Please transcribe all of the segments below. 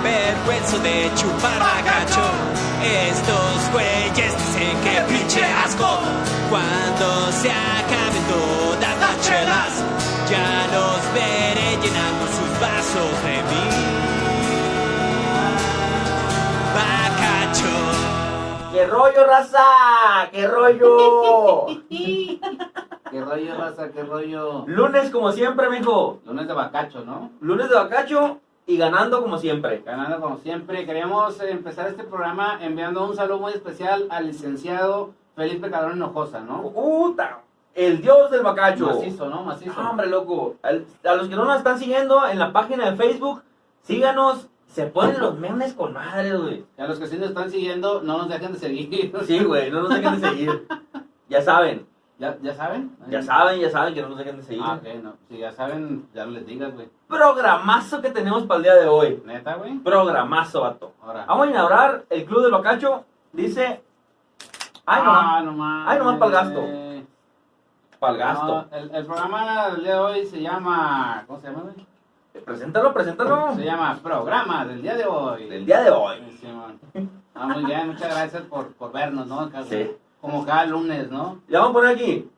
avergüenzo de chupar gacho Estos güeyes dicen que pinche asco. Cuando se acaben todas las chelas, ya los veré llenando sus vasos de mí. Bacacho. ¡Qué rollo, raza! ¡Qué rollo! ¿Qué rollo, raza? ¿Qué rollo? Lunes como siempre, mijo. Lunes de bacacho, ¿no? Lunes de bacacho y ganando como siempre. Ganando como siempre. Queríamos eh, empezar este programa enviando un saludo muy especial al licenciado Felipe Calderón Hinojosa, ¿no? ¡Puta! El dios del bacacho. Macizo, ¿no? Macizo. Ah, hombre, loco. Al- a los que no nos están siguiendo en la página de Facebook, síganos. Se ponen los memes con madre, güey. Y a los que sí nos están siguiendo, no nos dejen de seguir. Sí, güey, no nos dejen de seguir. Ya saben, ¿Ya, ¿Ya saben? ya saben, ya saben que no nos dejen de seguir. Ah, ok, no. Si ya saben, ya no les digas, güey. Programazo que tenemos para el día de hoy. ¿Neta, güey? Programazo, vato. Ahora. Vamos a inaugurar el Club del Bacacho. Dice. Ay, no. Ah, no más. Ay, nomás pa'l gasto. Pa'l gasto. No, el, el programa del día de hoy se llama... ¿Cómo se llama, güey? Preséntalo, preséntalo. Se llama Programa del día de hoy. Del día de hoy. Sí, Simón. Ah, muy bien, muchas gracias por, por vernos, ¿no? Cada- Sí. Como cada lunes, ¿no? Le vamos a poner aquí.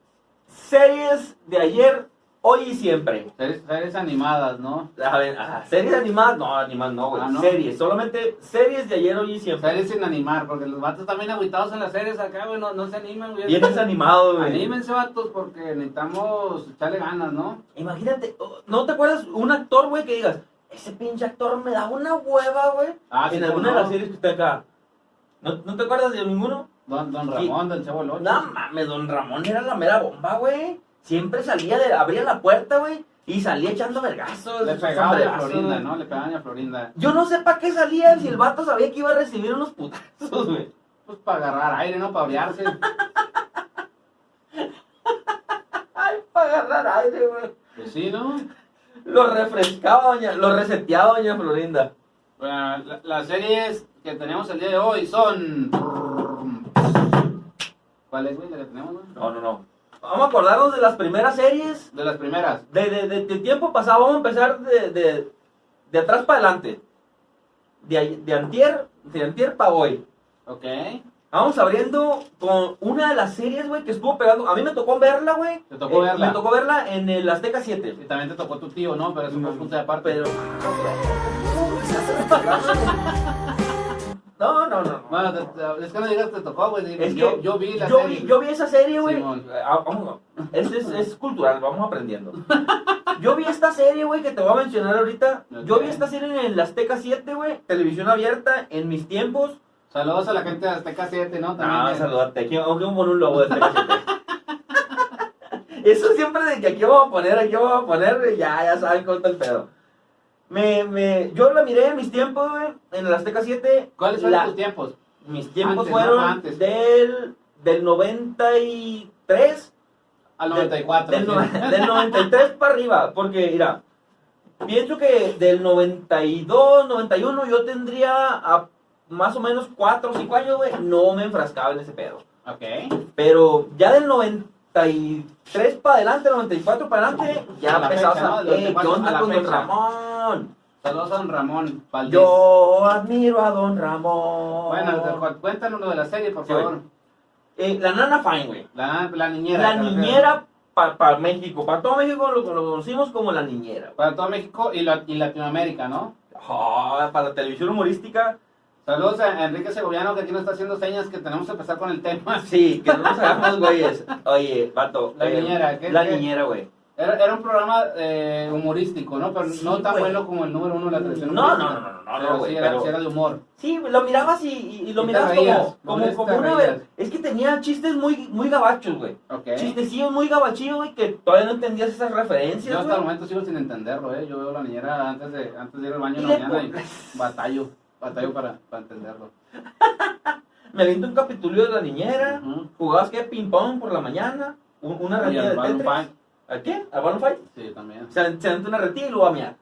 Series de ayer, hoy y siempre. Series, series animadas, ¿no? A ver, ah, series animadas. No, animadas no, güey. Ah, ¿no? Series. Solamente series de ayer, hoy y siempre. Series sin animar, porque los vatos también aguitados en las series acá, güey, no, no se animan, güey. Bien desanimado, güey. Anímense, vatos, porque necesitamos echarle ganas, ¿no? Imagínate, oh, ¿no te acuerdas un actor, güey, que digas, ese pinche actor me da una hueva, güey? Ah, en sí, alguna de cómo las series que está acá. ¿No, ¿No te acuerdas de ninguno? Don, don Sí. Ramón, Don Chavo Loco. No mames, don Ramón era la mera bomba, güey. Siempre salía de, abría la puerta, güey, y salía echando vergazos. Le pegaban a sombrerazos, Florinda, güey. ¿no? Le pegaban a Florinda. Yo no sé para qué salía si el vato sabía que iba a recibir unos putazos, güey. Pues para agarrar aire, ¿no? Para orearse. Ay, para agarrar aire, güey. Pues sí, ¿no? Lo refrescaba, doña, lo reseteaba, doña Florinda. Bueno, la- las series que tenemos el día de hoy son. ¿Cuál es, güey? La que tenemos, güey? No, no, no. Vamos a acordarnos de las primeras series. De las primeras. De, de, de- de tiempo pasado, vamos a empezar de, de, de atrás para adelante. De, ay- de antier, de antier para hoy. Ok. Vamos abriendo con una de las series, güey, que estuvo pegando. A mí me tocó verla, güey. Eh, Te tocó verla. Me tocó verla en el Azteca 7. Y también te tocó tu tío, ¿no? Pero es un punto de aparte. Pero... No, no, no. Bueno, te- te- es que no digas te tocó, güey. Es yo, que yo vi la yo serie. Vi, yo vi esa serie, güey. Simón. Ah, vamos, es, es, es cultural, vamos aprendiendo. Yo vi esta serie, güey, que te voy a mencionar ahorita. Yo Ok. vi esta serie en el Azteca 7, güey. Televisión abierta, en mis tiempos. Saludos a la gente de Azteca 7, ¿no? También Ah, eh, saludarte. Aquí vamos a poner un logo de Azteca 7. Eso siempre de que aquí vamos a poner, aquí vamos a poner, güey, ya, ya saben cómo está el pedo. Me, me, yo la miré en mis tiempos, güey, en el Azteca 7. ¿Cuáles fueron La- tus tiempos? mis tiempos Antes, ¿no? fueron Antes. del, del 93 Al del- 94. Del, sí. no- del 93 para arriba, porque mira, pienso que del 92, 91 yo tendría a más o menos 4 o 5 años, güey, no me enfrascaba en ese pedo. Ok. Pero ya del 93 para adelante, 94 para adelante, ya A la empezaba fecha, a ¿no? Del eh, ¿qué 94 a onda la con Don fecha? Ramón? Saludos a don Ramón Valdés. Yo admiro a Don Ramón. Bueno, te- cu- cuéntanos lo de la serie, por Sí, favor. Eh, la nana Fine, güey. La, la niñera. La te refieres. niñera para México, para todo México lo, lo conocimos como la niñera. güey. Para todo México y, la- y Latinoamérica, ¿no? Ah, para la televisión humorística, Saludos a Enrique Segoviano, que aquí nos está haciendo señas que tenemos que empezar con el tema. sí, que no nos hagamos güeyes. Oye, vato. eh, La niñera, ¿qué- La qué? niñera, güey. Era, era un programa eh, humorístico, ¿no? Pero Sí, no tan güey. bueno como el número uno de la televisión. No, humorística. no, no, no, no, no, Pero sí güey, era, pero- sí era de humor. Sí, lo mirabas y, y- y lo Y te mirabas reías, como, lo como, ves, como te una reías. vez. Es que tenía chistes muy, muy gabachos, güey. Ok. Chistecillos muy gabachillos, güey, que todavía no entendías esas referencias, Yo hasta el güey. momento sigo sin entenderlo, ¿eh? Yo veo la niñera antes de, antes de ir al baño Y en le la mañana y batallo. Batallo para, para entenderlo. Me aviento un capitulio de la niñera. Ujú. Jugabas que ping-pong por la mañana. un- una Y ratilla al de Balloon Tetris. Fight. ¿A qué? ¿Al Balloon Fight? Sí, también. Se, se levanta una retilla y lo va a mirar.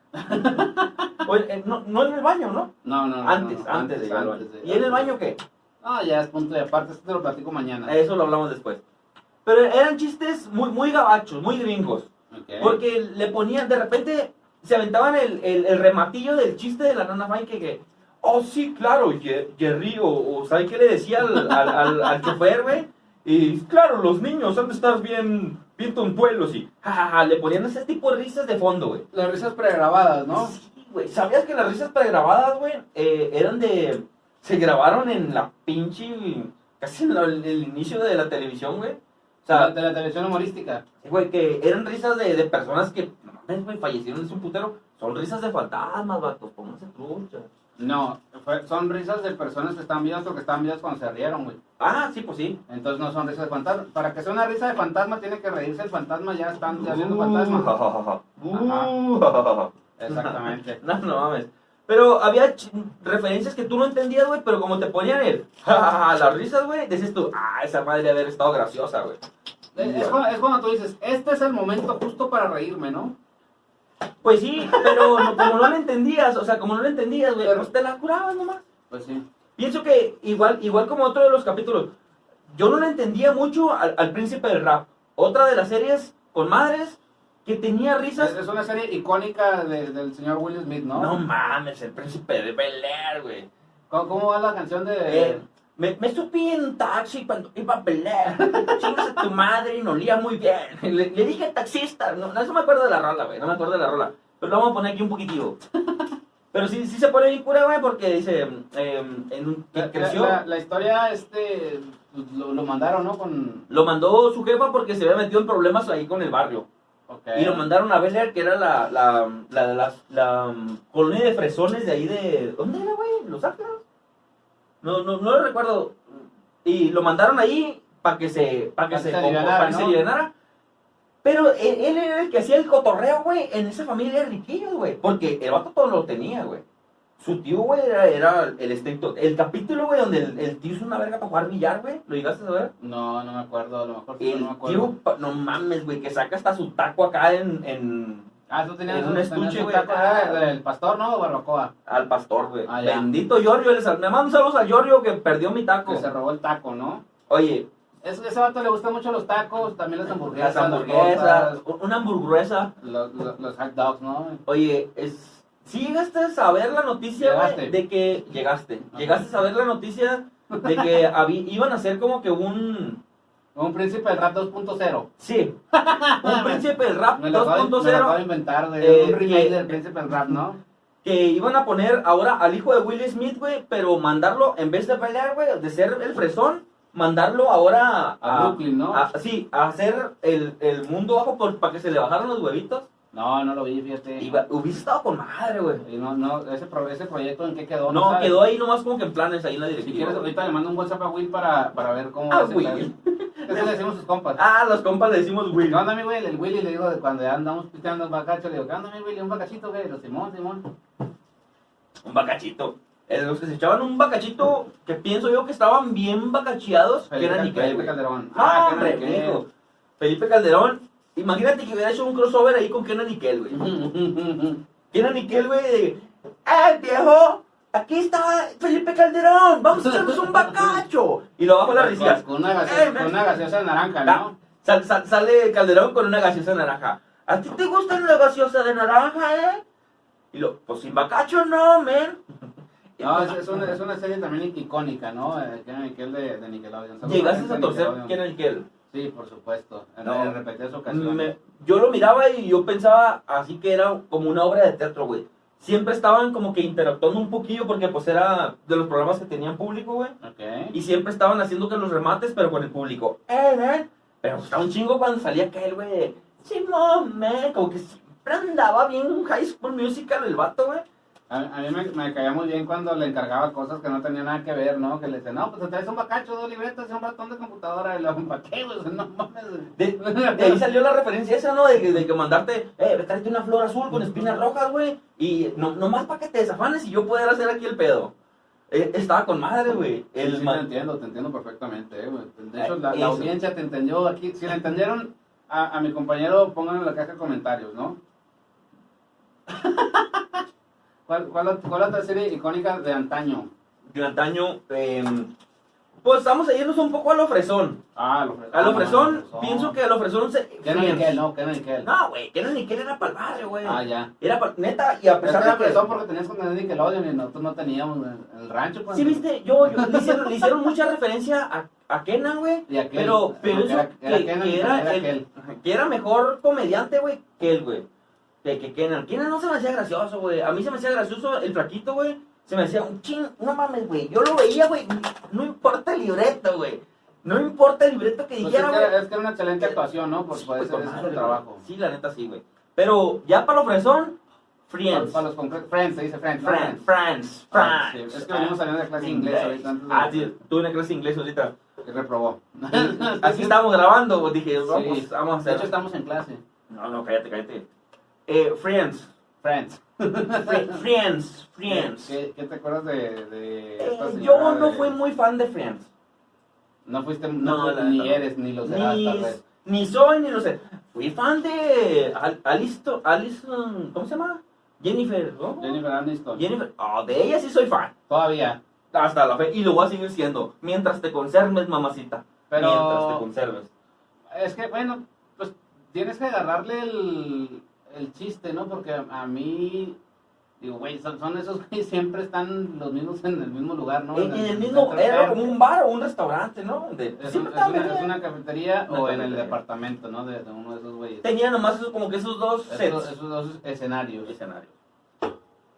Oye, eh, no, no en el baño, ¿no? No, no, no. Antes, no, no, antes, de ir al baño. antes de- ¿Y en el baño qué? Eh, Ah, ya es punto de aparte. Esto te lo platico mañana. Eso lo hablamos después. Pero eran chistes muy, muy gabachos, muy gringos. Ok. Porque le ponían, de repente, se aventaban el, el, el rematillo del chiste de la nana Fine que, que, oh, sí, claro, Ye- Jerry, o, o ¿sabe qué le decía al, al, al, al chofer, güey? Y claro, los niños han de estar bien, bien tontuelos y, jajaja, le ponían ese tipo de risas de fondo, güey. Las risas pregrabadas, ¿no? Sí, güey. ¿Sabías que las risas pregrabadas, güey, eh, eran de... Se grabaron en la pinche... Casi en la- en el inicio de la televisión, güey. O sea, de la televisión humorística. Güey, que eran risas de, de personas que, no mames, güey, fallecieron, es un putero. Son risas de fantasmas, vatos, pónganse trucha. No, fue- son risas de personas que están vivas o que están vivas cuando se rieron, güey. Ah, sí, pues sí. Entonces no son risas de fantasma. Para que sea una risa de fantasma tiene que reírse el fantasma, ya están ya siendo Uh, fantasma. jajaja. Uh, Ajá. jajaja. Exactamente. No, no mames. Pero había ch- referencias que tú no entendías, güey, pero como te ponían el... jajaja, Las risas, güey, decías tú, ah, esa madre de haber estado graciosa, güey. Es, es cuando, es cuando tú dices, este es el momento justo para reírme, ¿no? Pues sí, pero no- como no lo entendías, o sea, como no lo entendías, güey, pues te la curabas nomás. Pues sí. Pienso que igual, igual como otro de los capítulos, yo no le entendía mucho al, al príncipe del rap. Otra de las series con madres que tenía Es, risas. es una serie icónica de- del señor Will Smith, ¿no? No, mames, el príncipe de Bel Air, güey. ¿Cómo, cómo va la canción de... Eh, me, me subí en un taxi cuando iba a pelear. Chingas a tu madre y no olía muy bien. Le, le dije al taxista. No, no, eso me acuerdo de la rola, güey. No me acuerdo de la rola. Pero lo vamos a poner aquí un poquitito. Pero sí, sí se pone bien cura, güey, porque dice. em, en un, que la, creció. la- la historia, este, lo, lo mandaron, ¿no? Con... Lo mandó su jefa porque se había metido en problemas ahí con el barrio. ok. Y lo mandaron a Bel Air, que era la, la, la, la- la, um, colonia de fresones de ahí de... ¿Dónde era, güey? ¿Los Ángeles? No, no, no lo recuerdo. Y lo mandaron ahí para que se... Para que Pa' que se, se como- alivianara, pa' que se ¿no? alivianara. Pero él, él era el que hacía el cotorreo, güey, en esa familia de riquillos, güey. Porque el vato todo lo tenía, güey. Su tío, güey, era, era el estricto. El capítulo, güey, donde el, el tío hizo una verga para jugar billar, güey. ¿Lo llegaste a ver? No, no me acuerdo, a lo mejor sí, El pero no me acuerdo. tío, pa- no mames, güey, que saca hasta su taco acá en- en Ah, tú tenías En un tenías estuche, un güey. taco, era del pastor, ¿no? O barbacoa. Al pastor, güey. Ah, ya. Bendito Giorgio. Le sal- Me mando saludos a Giorgio que perdió mi taco. Que se robó el taco, ¿no? Oye, Es, ese vato le gustan mucho los tacos, también las hamburguesas. las las hamburguesas, tortas, una hamburguesa. Los, los, los hot dogs, ¿no? Oye, es... Si llegaste a saber la noticia, güey, Llegaste. de que... Llegaste. Ajá. Llegaste a saber la noticia de que habí- iban a hacer como que un... Un príncipe del rap 2.0. Sí. Un príncipe del rap Me lo acabo de- me lo acabo de 2.0 inventar, de Eh, un remake que- del príncipe del rap, ¿no? que iban a poner ahora al hijo de Will Smith, güey, pero mandarlo, en vez de pelear, güey, de ser el fresón, mandarlo ahora A Brooklyn, ¿no? Ah, sí, a hacer el, el mundo bajo por, para que se le bajaran los huevitos. No, no lo vi, fíjate. Iba- hubiese estado con madre, güey. Y no, no, ese, pro- ese proyecto en qué quedó. No, sabes? quedó ahí nomás como que en planes, ahí en la Si directiva. quieres, güey. ahorita le mando un WhatsApp a Will para, para ver cómo. Ah, es el Will. pedo. Eso le decimos sus compas. Ah, los compas le decimos Will. ¿Qué onda, mi Will? El Willy le digo, de cuando ya andamos pisteando los bacachos, le digo, ¿qué onda, mi Willy? Un bacachito, güey. Lo Simón, Simón. Un bacachito. Eh, los que se echaban un bacachito, que pienso yo que estaban bien bacacheados, que Felipe era Cal- Nickel, Felipe güey. Calderón. Ah, que hombre, era Nickel. hijo. Felipe Calderón. Imagínate que hubiera hecho un crossover ahí con Kenan Nickel, güey. Kenan Nickel, güey, de... ¡Ay, viejo! Aquí está Felipe Calderón. Vamos a hacernos un bacacho. Y lo bajo la risilla. Con una Eh, gaseosa, me- con una gaseosa de Sa- naranja, ¿no? sal- sal- sale Calderón con una gaseosa de naranja. ¿A ti te gusta la gaseosa de naranja, eh? Y lo, pues sin bacacho no, men. No, es, es una, es una serie también icónica, ¿no? Eh, que era Nickel de, de Nickelodeon. Saludos Llegaste la a gente de torcer Nickelodeon. quién era el que Sí, por supuesto. En, No. en repetidas ocasiones. Mm, Me- Yo lo miraba y yo pensaba así que era como una obra de teatro, güey. Siempre estaban como que interactuando un poquillo porque pues era de los programas que tenían público, güey. Ok. Y siempre estaban haciendo que los remates, pero con el público. Eh, eh. Pero estaba un chingo cuando salía aquel, güey. Simón, man. Como que siempre andaba bien un high school musical el vato, güey. A, a mí me, me caía muy bien cuando le encargaba cosas que no tenían nada que ver, ¿no? Que le decía, no, pues te traes un bacacho, dos libretas y un ratón de computadora. Y le digo, ¿para qué, güey? No mames. De, de ahí salió la referencia esa, ¿no? De, que- de que mandarte, eh, tráete una flor azul con espinas rojas, güey. Y no, nomás para que te desafanes y yo pudiera hacer aquí el pedo. Eh, estaba con madre, güey. Sí, El sí, te man- entiendo, te entiendo perfectamente. eh, güey. De hecho, Ay, la, la eso. audiencia te entendió aquí. Si la entendieron, a, a mi compañero pongan en la caja de comentarios, ¿no? ¿Cuál, cuál, ot- cuál otra serie icónica de antaño? de antaño, eh, Pues estamos yéndonos un poco al ofrezón. Ah, lo fresón. Al ofrezón, pienso que al ofrezón se. Que no Nickel, no, que no Nickel. No, güey, que no ni que era para el barrio, güey. Ah, ya. Era para. Neta, y a Pero pesar era de que. fresón porque tenías contenido de Nickelodeon y nosotros no teníamos en el rancho. Pues, Sí, viste, yo, yo- le, hicieron, le hicieron mucha referencia a, a Kenan, güey. Y aquel. eh, Pero, pero Era- eso, era- que, era Kenan, que era era, el- aquel. que era mejor comediante, güey, que él, güey. Que, que Kenan. Kenan no se me hacía gracioso, güey. A mí se me hacía gracioso el flaquito, güey. Se me hacía un ching, no mames, güey. Yo lo veía, güey. No importa el libreto, güey. No importa el libreto que Pues dijera, es, güey. que era, es que era una excelente actuación, ¿no? Por Sí, poder güey, ser con ese es madre, su güey. trabajo. Sí, la neta sí, güey. Pero ya para lo fresón, Para, Friends. para los concretos. Friends, se dice Friends. ¿no? Friends, Friends, Ah, Friends. sí, Es que venimos saliendo de clase de inglés ahorita. antes de- Ah, sí, tuve una clase de inglés ahorita. Y reprobó. Así estamos grabando, pues, dije, vamos, Sí. vamos a hacer. De hecho, estamos en clase. No, no, cállate, cállate. Eh, friends. Friends. Fri- friends, Friends. ¿Qué, qué te acuerdas de, de Eh, esta señora yo no de- fui muy fan de Friends. No fuiste, no, No, fuiste- la ni neta. eres, ni lo serás, Ni, tal vez. ni soy, ni lo sé. Fui fan de Al- Alisto, Alison, ¿cómo se llama? Jennifer, ¿no? Jennifer Aniston. Jennifer, ah, de ella sí soy fan. Todavía. Hasta la fe. Y lo voy a seguir siendo. Mientras te conserves, mamacita. Pero- Mientras te conserves. Es que, bueno, pues tienes que agarrarle el, el chiste, ¿no? Porque a, a mí, digo, güey, son, son esos que siempre están los mismos en el mismo lugar, ¿no? En, en el mismo, era como un bar o un restaurante, ¿no? De, Es, siempre un- es estaba una, bien. es una cafetería Una o en el cafetería. departamento, ¿no? De, de uno de esos güeyes. Tenía nomás esos, como que esos dos Esos, sets. esos dos escenarios. escenario.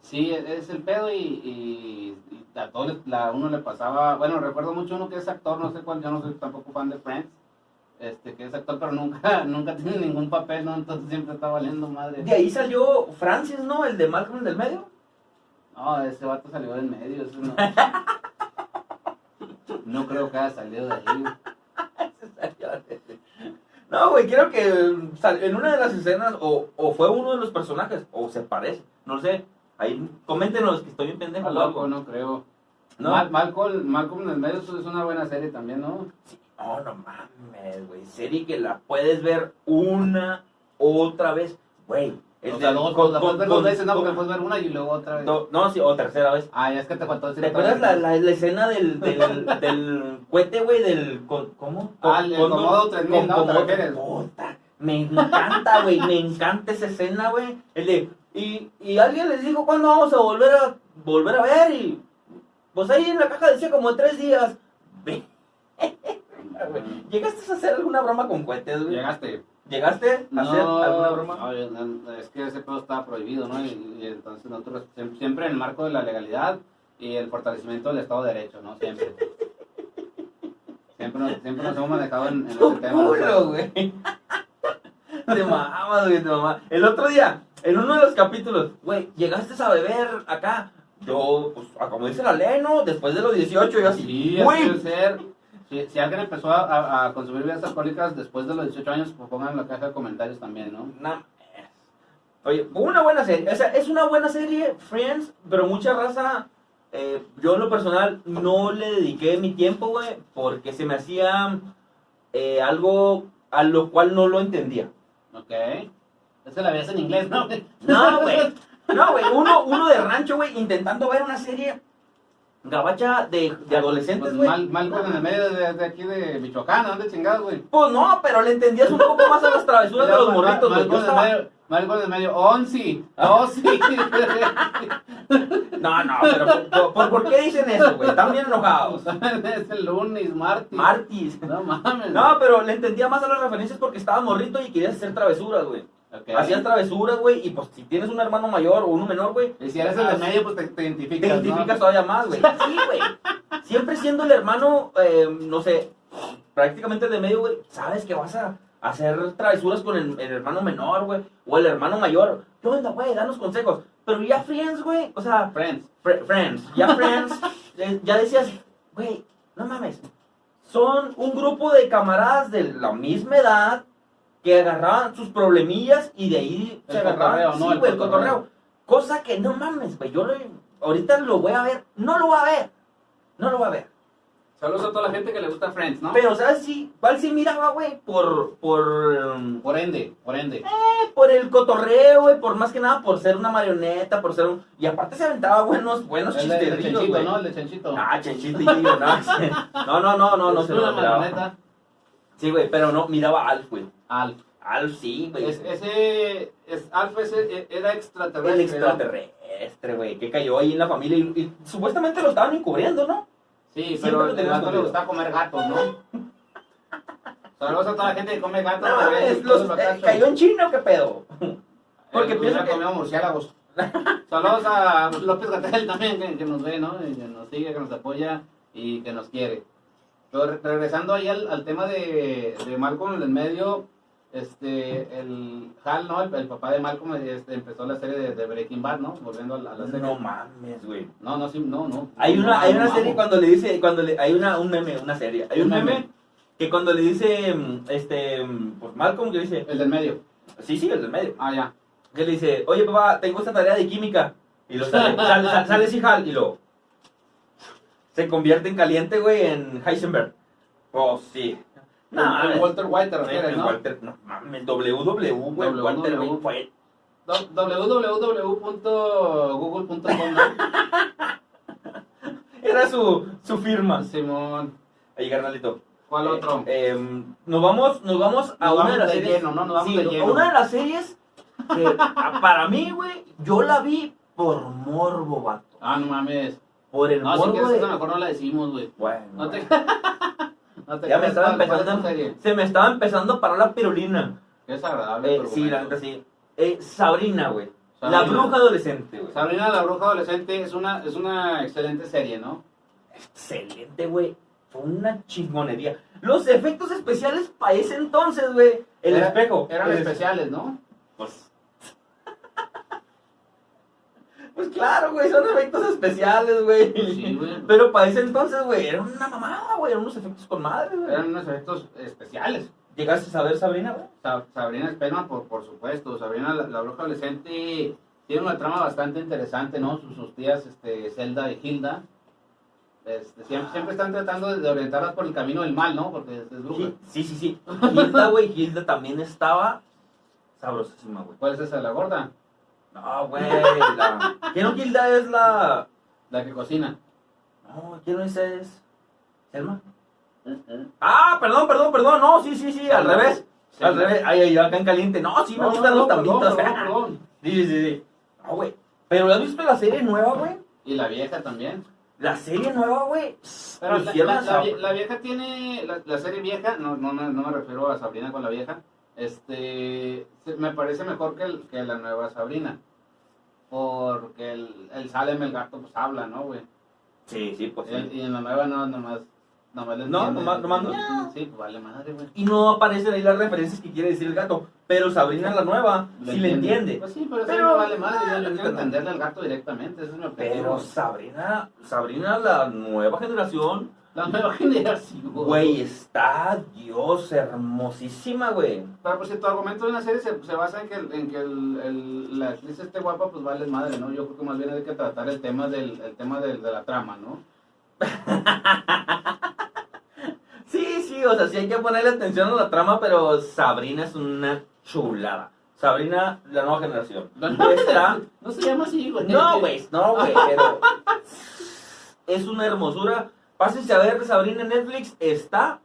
Sí, es- es el pedo y, y- y a todos les- la, uno le pasaba, bueno, recuerdo mucho uno que es actor, no sé cuál, yo no soy tampoco fan de Friends, este, que es actor, pero nunca, nunca tiene ningún papel, ¿no? Entonces siempre está valiendo madre. De ahí salió Francis, ¿no? El de Malcolm del medio. No, ese vato salió del medio, eso no. No creo que haya salido de ahí. No, güey, creo que sal- en una de las escenas o, o fue uno de los personajes o se parece, no sé. Ahí coméntenos que estoy bien pendejo. o algo. Loco, no creo. No. Mal- Malcolm, Malcolm en el medio es una buena serie también, ¿no? Oh, No, no mames, güey. Serie que la puedes ver una, otra vez. Güey. el o de- sea, luego con- la con- puedes ver dos con- veces, no, con- porque puedes ver una y luego otra vez. no, no, sí, o tercera vez. Ah, ya es que te faltó decir ¿Te otra acuerdas vez. la, la, la escena del, del, del cohete, güey? Del. con- ¿Cómo? Ah, el Cóndor- Comodo 3000, con- ¿no? ¿Te Comodo- refieres? Puta, me encanta, güey. Me encanta esa escena, güey. El de. Y, y alguien les dijo, ¿cuándo vamos a volver a volver a ver? Y. Pues ahí en la caja decía como en tres días. Ve, güey. ¿Llegaste a hacer alguna broma con cohetes, güey? Llegaste. ¿Llegaste a hacer alguna broma? no, yo- no, es que ese pedo estaba prohibido, ¿no? Y, y entonces nosotros siem- siempre en el marco de la legalidad y el fortalecimiento del Estado de Derecho, ¿no? Siempre. Siempre nos, siempre nos hemos manejado en, en ese Tu tema. culo, nosotros. güey. Te mamas, güey, te mamas. El otro día, en uno de los capítulos, güey, llegaste a beber acá. Yo, pues, a como dice la ley, ¿no? Después de los 18, yo Sí, así, así güey. debe ser. Si, si alguien empezó a, a- a consumir bebidas alcohólicas después de los 18 años, pues pongan en la caja de comentarios también, ¿no? na- Oye, una buena serie. O sea, es una buena serie, Friends, pero mucha raza. eh, yo en lo personal no le dediqué mi tiempo, güey, porque se me hacía eh, algo a lo cual no lo entendía. Ok. Es que la veías en inglés, ¿no? No, güey. No, güey. Uno, uno de rancho, güey, intentando ver una serie gabacha de, de adolescentes, Pues güey. mal, mal con el medio de, de aquí de Michoacán, ¿a ¿dónde chingados, güey? Pues no, pero le entendías un poco más a las travesuras de los morritos, güey. Ah. Yo Malcolm estaba- de medio, Malcolm de medio, once, once. No, no, pero ¿por- ¿por, por, por qué dicen eso, güey? Están bien enojados. es el lunes, martes. Martis. No mames. No, pero le entendía más a las referencias porque estaba morrito y querías hacer travesuras, güey. Ok. Hacías travesuras, güey, y pues si tienes un hermano mayor o uno menor, güey, Y si eres el de medio, pues te, te te identificas, identificas ¿no? todavía más, güey. Sí, güey. Siempre siendo el hermano, eh, no sé, prácticamente de medio, güey, sabes que vas a hacer travesuras con el, el hermano menor, güey, o el hermano mayor. ¿Qué onda, güey? Danos consejos. Pero ya Friends, güey, o sea, Friends. fr- Friends, ya Friends, eh, ya decías, güey, no mames, son un grupo de camaradas de la misma edad que agarraban sus problemillas y de ahí El se agarraban, cotorreo, ¿no? sí, El güey, el cotorreo. cotorreo. Cosa que, no mames, güey, yo lo- ahorita lo voy a ver, no lo voy a ver, no lo voy a ver. Saludos a toda la gente que le gusta Friends, ¿no? Pero, ¿sabes si cuál sí miraba, güey? Por, por, em, Por ende, por ende. por el cotorreo, güey, por más que nada por ser una marioneta, por ser un... Y aparte se aventaba buenos, buenos El de- el de chisterillos, Chanchito, güey. ¿no? El de Chanchito. Ah, chanchitillo, no. No, no, no, no, no, Es se una lo miraba. marioneta. Sí, güey, pero no, miraba a Alf, güey. Alf. Alf, sí, güey. Es- ese, es, Alf ese, e- era extraterrestre. El ¿no? extraterrestre, güey, que cayó ahí en la familia y, y supuestamente lo estaban encubriendo, ¿no? Sí, Siempre pero lo el tenemos gato le conmigo. gusta comer gatos, ¿no? Saludos a toda la gente que come gatos. No bebés, mames, todos los- los eh, gachos. ¿cayó en China o qué pedo? porque Eh, pienso hubiera que- comido murciélagos. Saludos a López Gatel también, que, que nos ve, ¿no? Y que nos sigue, que nos apoya y que nos quiere. Pero re- regresando ahí al, al tema de, de Malcolm en el medio, este, el Hal, ¿no? El, el papá de Malcolm este, empezó la serie de, de Breaking Bad, ¿no? Volviendo a la, a la serie. No mames, güey. No, no, sí, no, no. Hay una, No, hay no, una no, serie no. cuando le dice, cuando le, hay una, un meme, una serie, hay un Un meme. meme que cuando le dice, mm, este, mm, pues Malcolm que dice, El del medio. sí, sí, el del medio, Ah, ya. que le dice, oye papá, tengo esta tarea de química, y lo sale, sale, sale, sale ese Hal, y lo, se convierte en caliente, güey, en Heisenberg, oh, sí, no, El- el mames. Walter White te En- en refieres, ¿no? Walter, no mames, WW, güey, WW. Walter, güey, fue- www.google.com, era su, su ¿no? firma, Ah, Simón. ahí carnalito, ¿Cuál otro? Eh, eh, nos vamos, nos vamos a una Nos vamos de las de series. lleno, ¿no? Nos vamos Sí, de a lleno. una de las series que a- para mí, güey, yo la vi por morbo, vato. Ah, no mames. Por eh. el No, si morbo quieres de. esta mejor no la decimos, güey. Bueno, No te... no te ya me estaba creas, ¿cuál- cuál es tu empezando. serie? Se me estaba empezando a parar la pirulina. Es agradable. Eh, pero sí, la bueno. neta sí. Eh, Sabrina, güey. La Sabrina. bruja adolescente, güey. Sabrina la bruja adolescente es una, es una excelente serie, ¿no? Excelente, güey. Fue una chingonería. Los efectos especiales para ese entonces, güey. El Era- espejo. Eran El- especiales, ¿no? Pues. Pues claro, güey, son efectos especiales, güey. Sí, güey. Pero para ese entonces, güey, era una mamada, güey, eran unos efectos con madre, güey. Eran unos efectos especiales. ¿Llegaste a saber, Sabrina, güey? Sa- Sabrina Spellman, por, por supuesto. Sabrina, la, la bruja adolescente, tiene una trama bastante interesante, ¿no? Sus, sus tías, este, Zelda y Hilda, este, Ah. siempre, siempre están tratando de, de orientarlas por el camino del mal, ¿no? Porque es, es bruja. Sí, sí, sí, sí. Gilda, güey, Gilda también estaba sabrosísima, güey. ¿Cuál es esa, la gorda? No, güey, la... ¿Qué no Gilda es la...? La que cocina. No, ¿quién no es es? ¿Selma? Ah, perdón, perdón, perdón, no, sí, sí, sí, al Selma. revés. Al Selma. revés, ay, ay, acá en caliente. No, sí, me No, gustan no, los no, perdón, tambitos. perdón, perdón. Sí, sí, sí. Ah, güey. Pero ¿has visto la serie nueva, güey? Y la vieja también. La serie nueva, güey. Pero la, Pusieron la- a la vie- Sabrina. la vieja tiene, la, la serie vieja, no, no, no no me refiero a Sabrina con la vieja, este, se- me parece mejor que, el- que la nueva Sabrina. Porque el, el Salem, el gato, pues habla, ¿no, güey? Sí, sí, pues El- sí. Y en la nueva no, nomás, nomás le No, entiende, nomás- nomás no. Sí, pues vale madre, güey. Y no aparecen ahí las referencias que quiere decir el gato. Pero Sabrina la nueva sí le entiende. Pues sí, pero, eso Pero- no vale madre, yo, yo quiero Pero- entenderle al gato directamente, eso es mi objetivo. Pero Sabrina, Sabrina, la nueva generación, La nueva generación. güey, está Dios hermosísima, güey. Pero pues si tu argumento de una serie se, se basa en que, en que el, el- la actriz esté guapa, pues vale madre, ¿no? Yo creo que más bien hay que tratar el tema del, el tema del, de la trama, ¿no? Sí, sí, o sea, sí hay que ponerle atención a la trama, pero Sabrina es una chulada. Sabrina, la nueva generación. Está No se llama así, güey. No, güey, no, güey, pero es una hermosura. Pásense a ver Sabrina en Netflix, está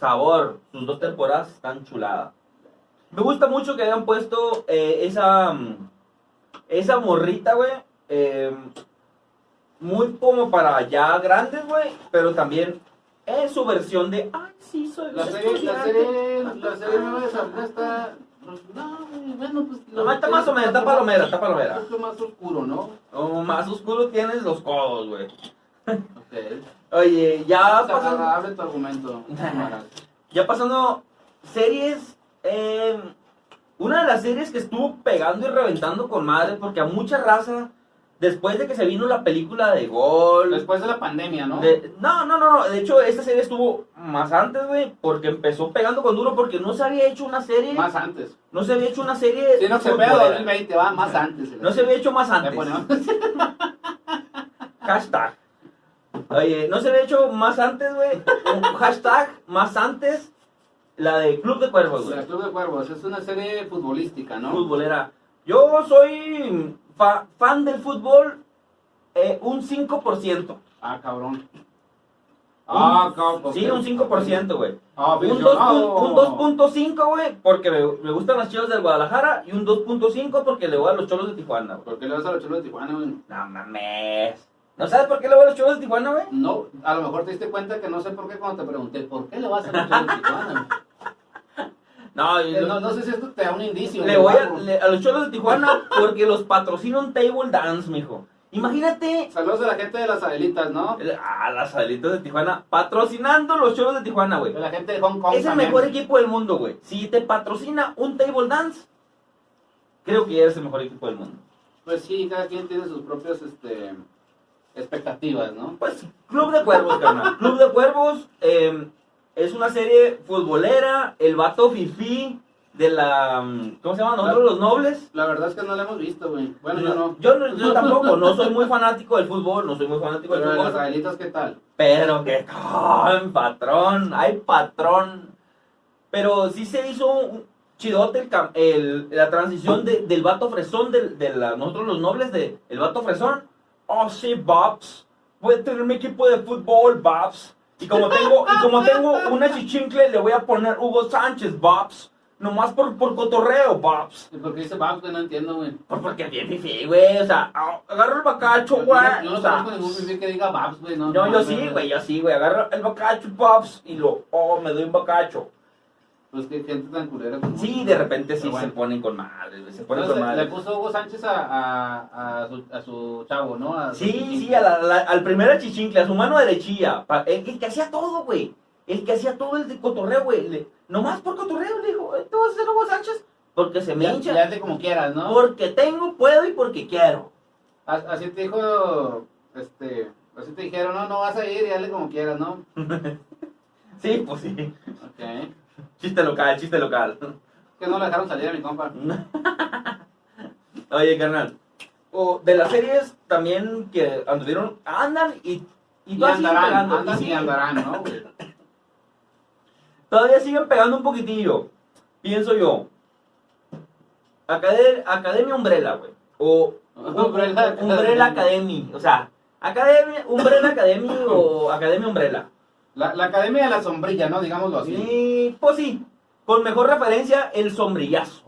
sabor. Sus dos temporadas están chuladas. Me gusta mucho que hayan puesto eh, esa mm, esa morrita, güey, eh, muy como para ya grandes, güey, pero también es su versión de, ay, sí, soy La un serie, la estudiante". serie, la serie nueva de Sabrina está... pues, No, güey, bueno, pues... lo Nomás está más o menos, está palomera, está palomera. Un poquito más oscuro, ¿no? O más oscuro tienes los codos, güey. Ok. Oye, ya O sea, pasando... Abre Ah, pues, tu argumento. cámara. Ya pasando series, eh, una de las series que estuvo pegando y reventando con madre, porque a mucha raza, después de que se vino la película de Gol, Después de la pandemia, Pues, ¿no? de- no, no, no, no, de hecho esta serie estuvo más antes, güey, porque empezó pegando con duro, porque no se había hecho una serie, Más antes. no se había hecho una serie, Sí, no se pega futbolera. 2020, va, más antes. no se había hecho más Le antes, ponemos- hashtag. Oye, ¿no se había hecho más antes, güey? Un hashtag más antes, la de Club de Cuervos, La Pues, güey. Club de Cuervos es una serie futbolística, ¿no? Futbolera. Yo soy fa- fan del fútbol eh, un 5%. Ah, cabrón. Ah, Un- cabrón. Sí, un 5%, güey. Ah, Un dos aficionado. pun- un 2.5, güey, porque me, me gustan las chivas del Guadalajara. Y un 2.5 porque le voy a los cholos de Tijuana, güey. ¿Por qué le vas a los chulos de Tijuana, güey? No mames. ¿No sabes por qué le voy a los cholos de Tijuana, güey? No, a lo mejor te diste cuenta que no sé por qué cuando te pregunté, ¿por qué le vas a los chulos de Tijuana? güey? No, Eh, yo- No, no sé si esto te da un indicio. Le güey, voy a, algo. le- a los cholos de Tijuana porque los patrocina un table dance, mijo. Imagínate Saludos a la gente de las Adelitas, ¿no? el- a las alitas de Tijuana patrocinando los cholos de Tijuana, güey. De la gente de Hong Kong. Es el también. mejor equipo del mundo, güey. Si te patrocina un table dance, creo que eres el mejor equipo del mundo. Pues sí, cada quien tiene sus propias este, expectativas, ¿no? Pues, Club de Cuervos, carnal. Club de Cuervos eh, es una serie futbolera. El vato fifí de la. mm, ¿Cómo se llama? Nosotros los nobles. La verdad es que no la hemos visto, güey. Bueno, yo no. Yo, no- yo tampoco, no soy muy fanático del fútbol, no soy muy fanático del Pero de las fútbol. Adelitas, ¿qué tal? Pero que con patrón, hay patrón. Pero sí se hizo un chidote el cam- el- la transición de- del vato fresón, del, de la- nosotros los nobles, de el vato fresón. Oh, sí, Babs. Voy a tener mi equipo de fútbol, Babs. Y como tengo, y como tengo una chichincle, le voy a poner Hugo Sánchez, Babs. Nomás por, por cotorreo, Babs. ¿Y por qué dice Babs, güey? No entiendo, güey. Por- Porque bien fifi, güey. O sea, ah, agarro el bacacho, Yo- güey. Yo o no sea, conozco ningún perfil que diga Babs, güey. No, no, no, yo no, sí, no. güey, yo sí, güey. Agarro el bacacho, pops, y lo, oh, me doy un bacacho. Pues que gente tan culera. como- Sí, de repente sí Pero bueno. se ponen con madre, güey, se ponen Entonces, con le madre. puso Hugo Sánchez a, a, a, su, a su chavo, ¿no? A su Sí, chiquito. sí, a la- la- al primer achichincle, a su mano derechilla. pa- el, el que hacía todo, güey. El que hacía todo el de cotorreo, güey. le- Nomás por cotorreo, le dijo, "Eh, tú vas a ser Hugo Sánchez porque se me Ya, hincha. le hace como quieras, ¿no? Porque tengo, puedo y porque quiero. A- Así te dijo, este, así te dijeron, no, no vas a ir y hazle como quieras, ¿no? Sí, pues sí. Ok. Chiste local, chiste local. Que no le dejaron salir a mi compa. Oye, carnal. o de las series también que anduvieron, andan y, y Y todavía siguen andarán, pegando. andan y y siguen- andarán, ¿no? güey? todavía siguen pegando un poquitillo. Pienso yo. Acade- Academia Umbrella, güey. O Umbrella Umbrella Academy. O sea, Academia, Umbrella Academy o Academia Umbrella. La, la Academia de la Sombrilla, ¿no? Digámoslo así. Y pues sí, con mejor referencia, el sombrillazo.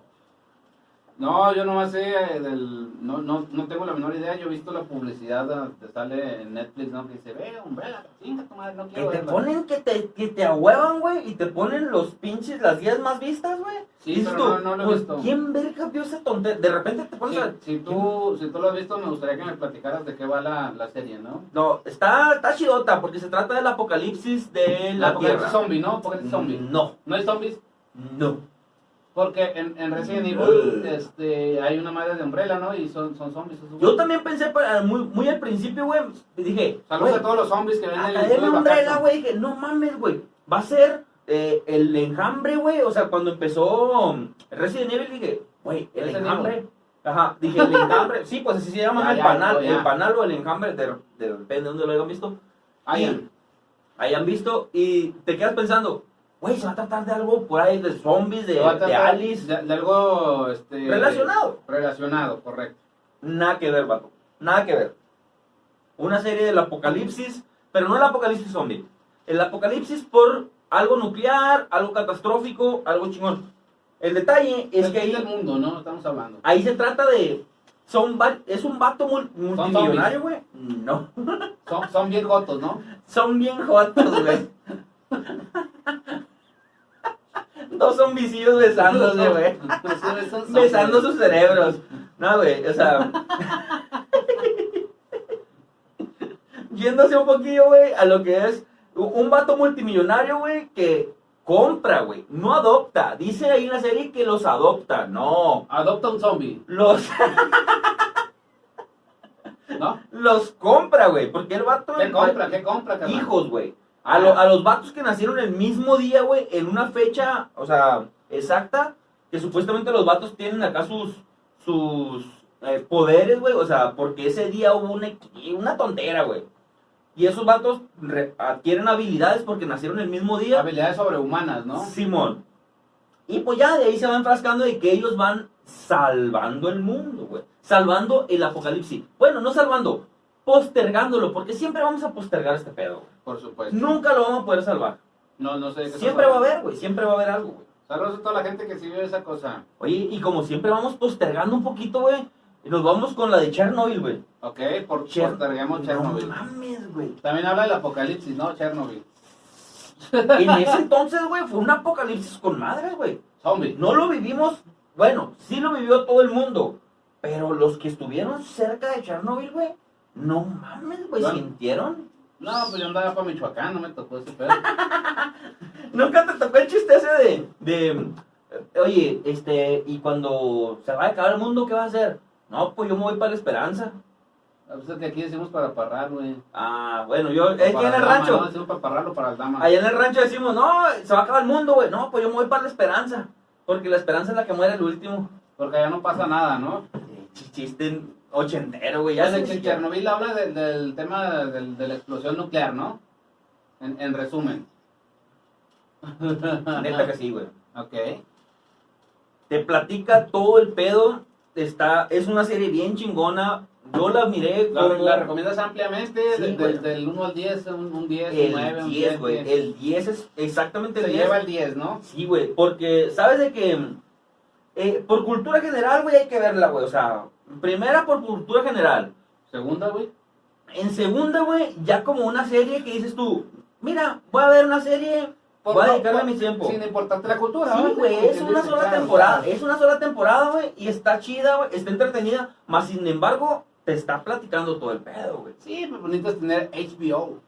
No, yo nomás sé eh, del... No, no, no tengo la menor idea. Yo he visto la publicidad ah, que sale en Netflix, ¿no? Que dice, ve, Umbrella, chinga tu madre, no Que quiero te verla". ponen, que te, que te ahuevan, güey, y te ponen los pinches, las 10 más vistas, güey. Sí, Dices pero tú, no, no lo he pues, visto. ¿Quién verga vio esa tontería? De repente te pones Si, a... si tú, si tú lo has visto, me gustaría que me platicaras de qué va la, la serie, ¿no? No, está, está chidota, porque se trata del apocalipsis de la Apocalipsis Tierra. Mm. zombie, ¿no? Apocalipsis zombie. No, ¿No hay zombies? no. Porque en, en Resident Ugh. Evil este, hay una madre de Umbrella, ¿no? Y son, son zombies. esos Yo güeyes. también pensé, para- muy, muy al principio, güey, dije... Saludos güey, a todos los zombies que ven en el Academia YouTube de Umbrella, Bacacho. güey, dije, no mames, güey, va a ser eh, el enjambre, güey, o sea, cuando empezó mm, Resident Evil, dije, güey, el Resident enjambre, Evil. ajá, dije, el enjambre, sí, pues así se llama Ya, el ya, panal, ya. el panal o el enjambre, de, de- depende de dónde lo hayan visto, Ahí en- hayan visto, y te quedas pensando, güey, se va a tratar de algo por ahí, de zombies, de, Se va a de tratar Alice, De, de algo este, relacionado, Relacionado, correcto. nada que ver, vato, nada que ver, una serie del apocalipsis, pero no el apocalipsis zombie. El apocalipsis por algo nuclear, algo catastrófico, algo chingón. El detalle es que ahí, del Ah. mundo, ¿no? Estamos hablando. ahí se trata de... Son va- es un vato mul- multimillonario, güey. No. Son, son bien gotos, ¿no? Son bien jotos, güey. Dos zombicillos besándose, güey. Esos son zombies. Besando sus cerebros. No, güey, o sea. Yéndose un poquillo, güey, a lo que es u- un vato multimillonario, güey, que compra, güey, no adopta. Dice ahí en la serie que los adopta, no. Adopta un zombie, Los, ¿no? los compra, güey, porque el vato. ¿Qué compra? ¿Qué compra? carnal? Hijos, güey. A, lo- Ah. a los vatos que nacieron el mismo día, güey, en una fecha, o sea, exacta, que supuestamente los vatos tienen acá sus, sus eh, poderes, güey, o sea, porque ese día hubo una, una tontera, güey. Y esos vatos re- adquieren habilidades porque nacieron el mismo día. Habilidades sobrehumanas, ¿no? Simón. Y pues ya de ahí se va enfrascando de que ellos van salvando el mundo, güey. Salvando el apocalipsis. Bueno, no salvando, postergándolo, porque siempre vamos a postergar este pedo. güey. Por supuesto. Nunca lo vamos a poder salvar. No, no sé de qué Siempre va a haber, güey, siempre va a haber algo, güey. Saludos a toda la gente que sí vio esa cosa. Oye, y como siempre vamos postergando un poquito, güey, y nos vamos con la de Chernobyl, güey. Ok, por Cher- postergamos Chernobyl. No mames, güey. También habla del apocalipsis, ¿no? Chernobyl. En ese entonces, güey, fue un apocalipsis con madre, güey. Zombie. No lo vivimos, bueno, sí lo vivió todo el mundo, pero los que estuvieron cerca de Chernobyl, güey, no mames, güey, Claro. sintieron. No, pues yo andaba para Michoacán, no me tocó ese pedo. Nunca te tocó el chiste ese de, de, eh, oye, este, y cuando se va a acabar el mundo, ¿qué va a hacer? No, pues yo me voy para la esperanza. A veces Pues que aquí decimos para parrar, güey. Ah, bueno, yo, es que en Para el dama, rancho, No, decimos para parrarlo para el dama. allá en el rancho decimos, no, se va a acabar el mundo, güey, no, pues yo me voy para la esperanza, porque la esperanza es la que muere el último. Porque allá no pasa nada, ¿no? Eh, ch- Chiste ochentero, güey, ya Ya se sé que Chernobyl habla de- del tema del- de la explosión nuclear, ¿no? En, en resumen. Neta que sí, güey. Ok. te platica todo el pedo. Está, es una serie bien chingona. Yo la miré La, como la recomiendas ampliamente, Sí, de- güey. desde el 1 al 10, un, un 10, un 9, el un 10, güey. diez. El 10 es exactamente Se el 10. lleva el 10, ¿no? Sí, güey. Porque, ¿sabes de que eh, por cultura general, güey, hay que verla, güey. O sea, primera por cultura general. Segunda, güey. En segunda, güey, ya como una serie que dices tú, mira, voy a ver una serie, Por- voy a por- dedicarle por- mi tiempo. Sin importarte la cultura, Sí, ¿vale? güey, Como es quien una dice, sola claro, temporada, claro. es una sola temporada, güey, y está chida, güey, está entretenida, más sin embargo, te está platicando todo el pedo, güey. Sí, pues bonito es tener HBO.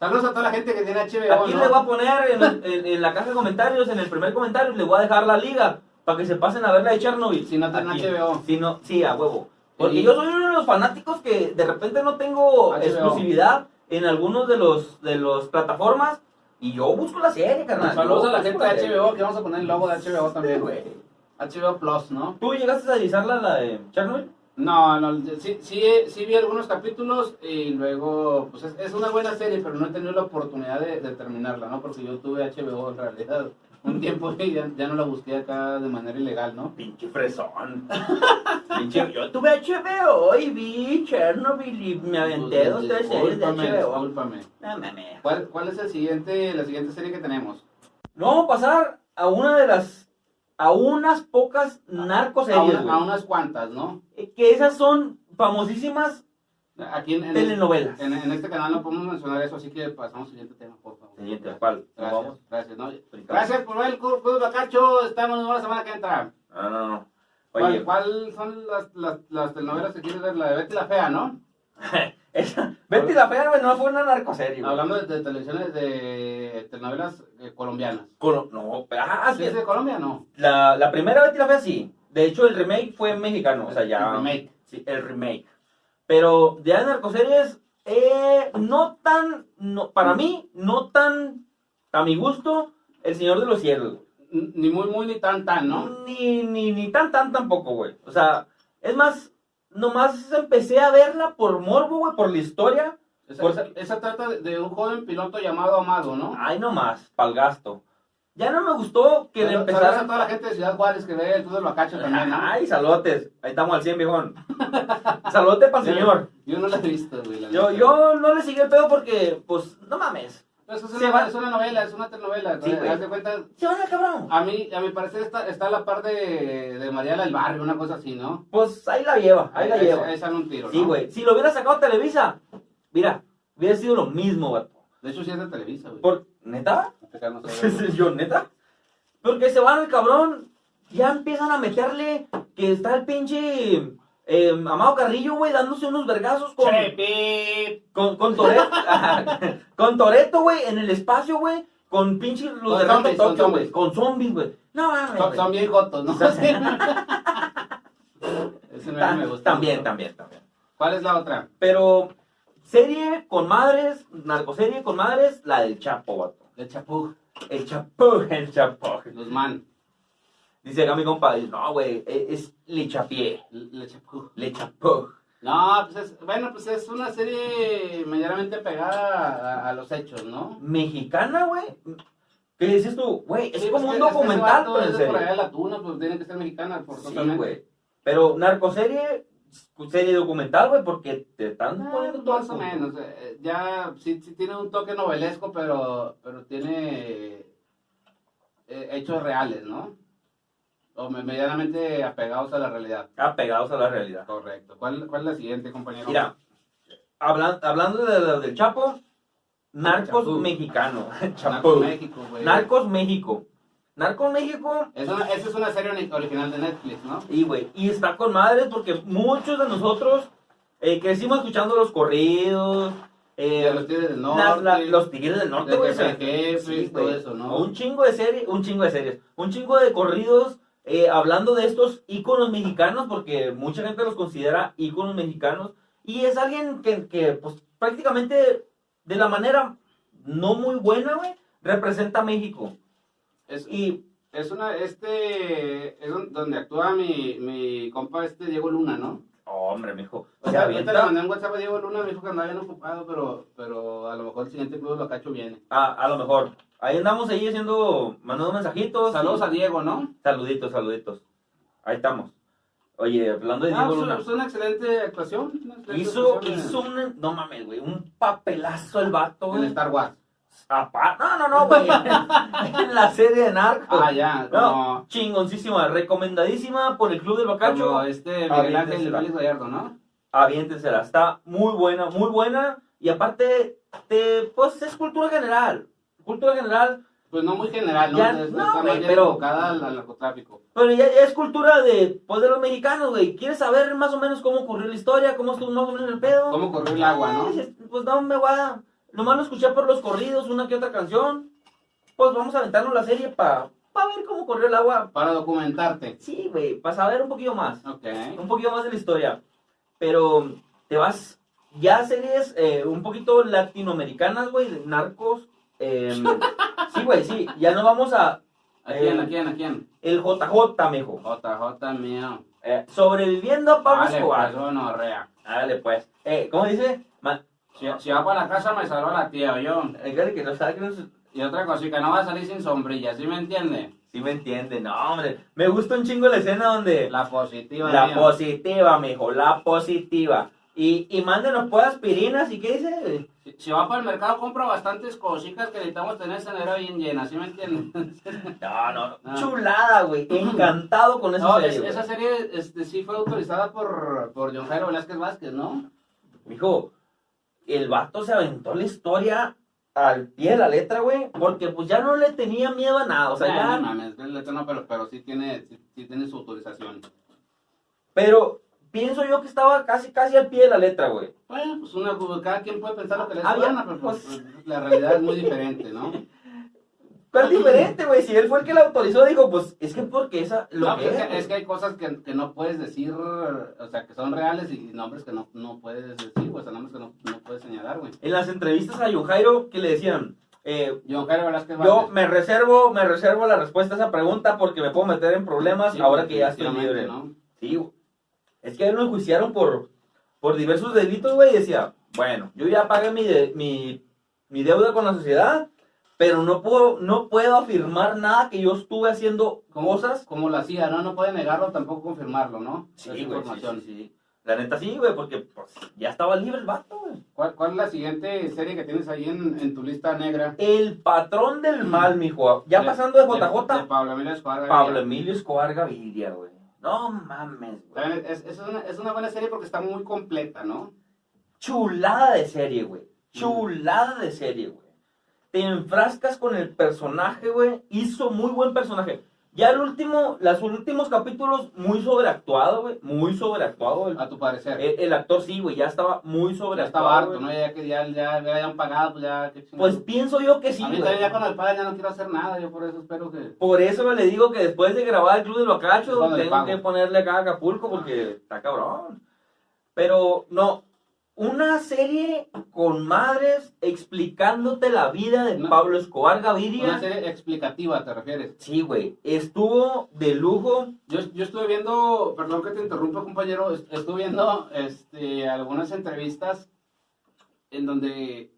Saludos a toda la gente que tiene HBO, Aquí ¿no? le voy a poner en, en- en la caja de comentarios, en el primer comentario, le voy a dejar la liga para que se pasen a ver la de Chernobyl. Si no tienen Aquí. HBO. Si no, sí, a huevo. Porque Sí. yo soy uno de los fanáticos que de repente no tengo HBO. exclusividad en algunos de los de las plataformas y yo busco la serie, carnal. Saludos Yo a la busco gente de serie. HBO, que vamos a poner el logo de HBO Sí, también, güey. güey. HBO Plus, ¿no? ¿Tú llegaste a revisarla la de Chernobyl? No, no, sí, sí, sí vi algunos capítulos y luego, pues es, es una buena serie, pero no he tenido la oportunidad de, de terminarla, ¿no? Porque yo tuve HBO en realidad un tiempo y ya, ya no la busqué acá de manera ilegal, ¿no? Pinche fresón. Pinche- yo tuve HBO y vi Chernobyl y me aventé dos, tres series de Discúlpame, HBO. discúlpame. No, mames. ¿Cuál, cuál es el siguiente, la siguiente serie que tenemos? No, vamos a pasar a una de las. a unas pocas A, narcoseries, una- güey. a unas cuantas, ¿no? Eh, Que esas son famosísimas Aquí en, en, telenovelas. en- en este canal no podemos mencionar eso, así que pasamos al siguiente tema, por favor. Siguiente, ¿cuál? Gracias, Vamos. gracias. ¿no? Gracias por ver el Club Club Bacacho. Estamos en la semana que entra. No, no, no. ¿Cuál, Oye, cuál son las, las, las telenovelas que quieres ver? La de Betty la Fea, ¿no? esa- Betty la Fea, güey, no fue una narcoserie, güey. Hablando de, de televisiones de telenovelas eh, colombianas. Colo- No, pero- ah, ¿Sí es de Colombia no? La, la primera Betty la Fea sí. De hecho, el remake fue mexicano. O sea, ya. El remake. Sí, el remake. Pero ya en narcoseries, eh, no tan. No, para mí, no tan. A mi gusto, El Señor de los Cielos. N- Ni muy, muy, ni tan, tan, ¿no? Ni, ni, ni tan, tan tampoco, güey. O sea, es más. Nomás empecé a verla por morbo, güey, por la historia. Esa, Por- esa, esa trata de- de un joven piloto llamado Amado, ¿no? Ay, nomás, pa'l gasto. Ya no me gustó que le Saludos a empezaran. toda la gente de Ciudad Juárez que ve el Club del Bacacho también, ¿no? Ay, saludotes. Ahí estamos al 100, viejón. Saludote para el señor. Yo no la he visto, güey. la Yo, neta. yo no le seguí el pedo porque, pues, no mames. Pues es, Se una, va- es una novela, es una telenovela. Sí, güey. Haz de cuenta, Se van al cabrón. a mí, a mi parecer está, está a la par de, de Mariela del Barrio, una cosa así, ¿no? Pues ahí la lleva, ahí la Ahí- lleva. Ahí sale un tiro, Sí, ¿no? güey. Si lo hubiera sacado Televisa, mira, hubiera sido lo mismo, güey. De hecho, sí es de Televisa, güey. Por, ¿Neta? Acá no se ve. Yo, ¿neta? Porque se van al cabrón, ya empiezan a meterle que está el pinche eh, Amado Carrillo, güey, dándose unos vergazos con... Chepi. Con, con Toreto, con Toreto, güey, en el espacio, güey, con pinches los Con de Reto zombies, con Tokio, güey, con zombies, güey. No mames. Son, güey. son bien gotos, ¿no? Ese no me gusta. También, también, también. ¿Cuál es la otra? Pero serie con madres, narcoserie con madres, la del Chapo, vato. De Chapú, El Chapo, el Chapo. Guzmán. Dice acá mi compa, no, güey, es, es e, le chapié, Le Chapú. le Chapo. No, pues es, bueno, pues es una serie medianamente pegada a, a los hechos, ¿no? Mexicana, güey. ¿Qué dices tú? Güey, es Sí, como pues un que- es que ese documental, vato pero en es de serio. por allá de la tuna, pues tiene que ser mexicana, por Sí, güey. Pero narcoserie, serie documental, güey, porque te están poniendo todo Ah, más o menos. eh, Ya sí, sí tiene un toque novelesco, pero, pero tiene eh, hechos reales, ¿no? O me- medianamente apegados a la realidad. Apegados a la realidad. Correcto. ¿Cuál, cuál es la siguiente, compañero? Mira, hablan- hablando de las del Chapo, Narcos Chapú. Mexicano. Narcos Chapo. México, güey. Narcos México. Narcos México. Es una- esa es una serie ori- original de Netflix, ¿no? Y, güey, y está con madres porque muchos de nosotros eh, crecimos escuchando los corridos. eh, De los Tigres del Norte. las- la- los Tigres del Norte, de güey. Jefe o sea, Jefe, sí, todo güey. eso, ¿no? Un chingo de series, un chingo de series. Un chingo de corridos eh, hablando de estos íconos mexicanos, porque mucha gente los considera íconos mexicanos. Y es alguien que, que, pues, prácticamente de la manera no muy buena, güey, representa a México. Es- Y Es una, este, es un- donde actúa mi, mi compa este Diego Luna, ¿no? Hombre, mijo. O se sea, yo te le avienta. mandé un WhatsApp a Diego Luna, me dijo que andaba bien ocupado, pero, pero a lo mejor el siguiente club lo cacho viene. Ah, a lo mejor. Ahí andamos ahí haciendo, mandando mensajitos. Saludos a Diego, ¿no? Saluditos, saluditos. Ahí estamos. Oye, hablando de Ah, Diego pues, Luna. es una excelente actuación. una excelente Hizo, actuación en- hizo un, no mames, güey, un papelazo el vato, En güey. Star Wars. Apa- No, no, no, güey. en la serie de narcos. Ah, ya, No, como, chingoncísima, recomendadísima por el Club del como Bacacho. este Ah, Miguel bien, Ángel y será. Félix Gallardo, ¿no? Aviéntensela, está muy buena, muy buena. Y aparte, te, pues es cultura general. Cultura general, Pues no muy general, ¿no? Ya, Es- no, está más güey, bien pero- enfocada al, al narcotráfico. pero ya, ya es cultura de, pues, de los mexicanos, güey. ¿Quieres saber más o menos cómo ocurrió la historia? ¿Cómo estuvo más o menos el pedo? Cómo corrió el agua, ¿no? Pues, Pues no me voy a. Nomás lo escuché por los corridos, una que otra canción. Pues vamos a aventarnos la serie para pa ver cómo corrió el agua. Para documentarte. Sí, güey, para saber un poquito más. Ok. Un poquito más de la historia. Pero te vas ya a series eh, un poquito latinoamericanas, güey, de narcos. eh, sí, güey, sí. Ya no vamos a. ¿A quién, Eh, a quién, a quién? El JJ, mejor. JJ mío. Eh, sobreviviendo a Pablo Vale, Escobar. pues, gonorrea. Dale, pues. Eh, ¿Cómo dice? Ma- Si, si va para la casa me salva la tía, yo. eh, claro que no sabe que no es- Y otra cosita, no va a salir sin sombrilla, ¿sí me entiende? Sí me entiende, no, hombre. Me gusta un chingo la escena donde... La, La positiva. mía. positiva, mijo, la positiva. Y, y mándenos pues aspirinas, ¿y qué dice? Si- Si va para el mercado, compra bastantes cositas que necesitamos tener esa nevera bien llena, ¿sí me entiende? No, no, Ah. Chulada, güey. Encantado con esa No, serie, es- güey. esa serie este, sí fue autorizada por, por John Jairo Velázquez Vázquez, ¿no? Mijo, el vato se aventó la historia al pie de la letra, güey. Porque pues ya no le tenía miedo a nada, o sea, Nah, ya... no mames, es letra no, pero, pero sí, tiene, sí, sí tiene su autorización. Pero pienso yo que estaba casi, casi al pie de la letra, güey. Bueno, pues una, cada quien puede pensar lo que le Ah, da su bien, gana, pero pues. pues, la realidad es muy diferente, ¿no? Ah, ¿Cuál diferente, güey? Si él fue el que la autorizó, dijo, pues es que porque esa... Lo No, que pues, es, es, que, güey. es que hay cosas que, que no puedes decir, o sea, que son reales y nombres que no, no puedes decir, o sea, nombres que no, no puedes señalar, güey. en las entrevistas a John Jairo que le decían, eh, John Jairo Velázquez yo Vázquez. me reservo, me reservo la respuesta a esa pregunta porque me puedo meter en problemas Sí, ahora que ya estoy definitivamente, libre. ¿no? Sí, güey. es que a él lo enjuiciaron por, por diversos delitos, güey, y decía, bueno, yo ya pagué mi, de- mi, mi deuda con la sociedad, pero no puedo, no puedo afirmar nada que yo estuve haciendo Como, cosas. como lo hacía, ¿no? No puede negarlo, tampoco confirmarlo, ¿no? Sí, Esa güey, sí, información. sí, sí. La neta sí, güey, porque pues, ya estaba libre el vato, güey. ¿Cuál, cuál es la siguiente serie que tienes ahí en, en tu lista negra? El patrón del mal, mijo. Ya pasando de JJ. De, Pablo Emilio Escobar. Gaviria. Pablo Emilio Escobar Gaviria, güey. No mames, güey. También Es, es una, es una buena serie porque está muy completa, ¿no? Chulada de serie, güey. Chulada de serie, güey. Te enfrascas con el personaje, güey. Hizo muy buen personaje. Ya el último, los últimos capítulos, muy sobreactuado, güey. Muy sobreactuado. El, A tu parecer. el- el actor sí, güey, ya estaba muy Ah. ya sobreactuado. estaba harto, güey. ¿no? Ya que ya, ya, ya habían pagado, pues ya... qué chingada. Pues pienso yo que sí, a mí güey. también ya cuando me pagan ya no quiero hacer nada, yo por eso espero que... Por eso le digo que después de grabar el Club de Es Locacho, cuando le Ah. tengo pago. que ponerle acá a Acapulco porque está cabrón. Pero no, una serie con madres explicándote la vida de Una- Pablo Escobar Una Gaviria. serie explicativa, ¿te refieres? Sí, güey, estuvo de lujo. Yo, yo estuve viendo, perdón que te interrumpa, compañero, est- estuve viendo este, algunas entrevistas en donde,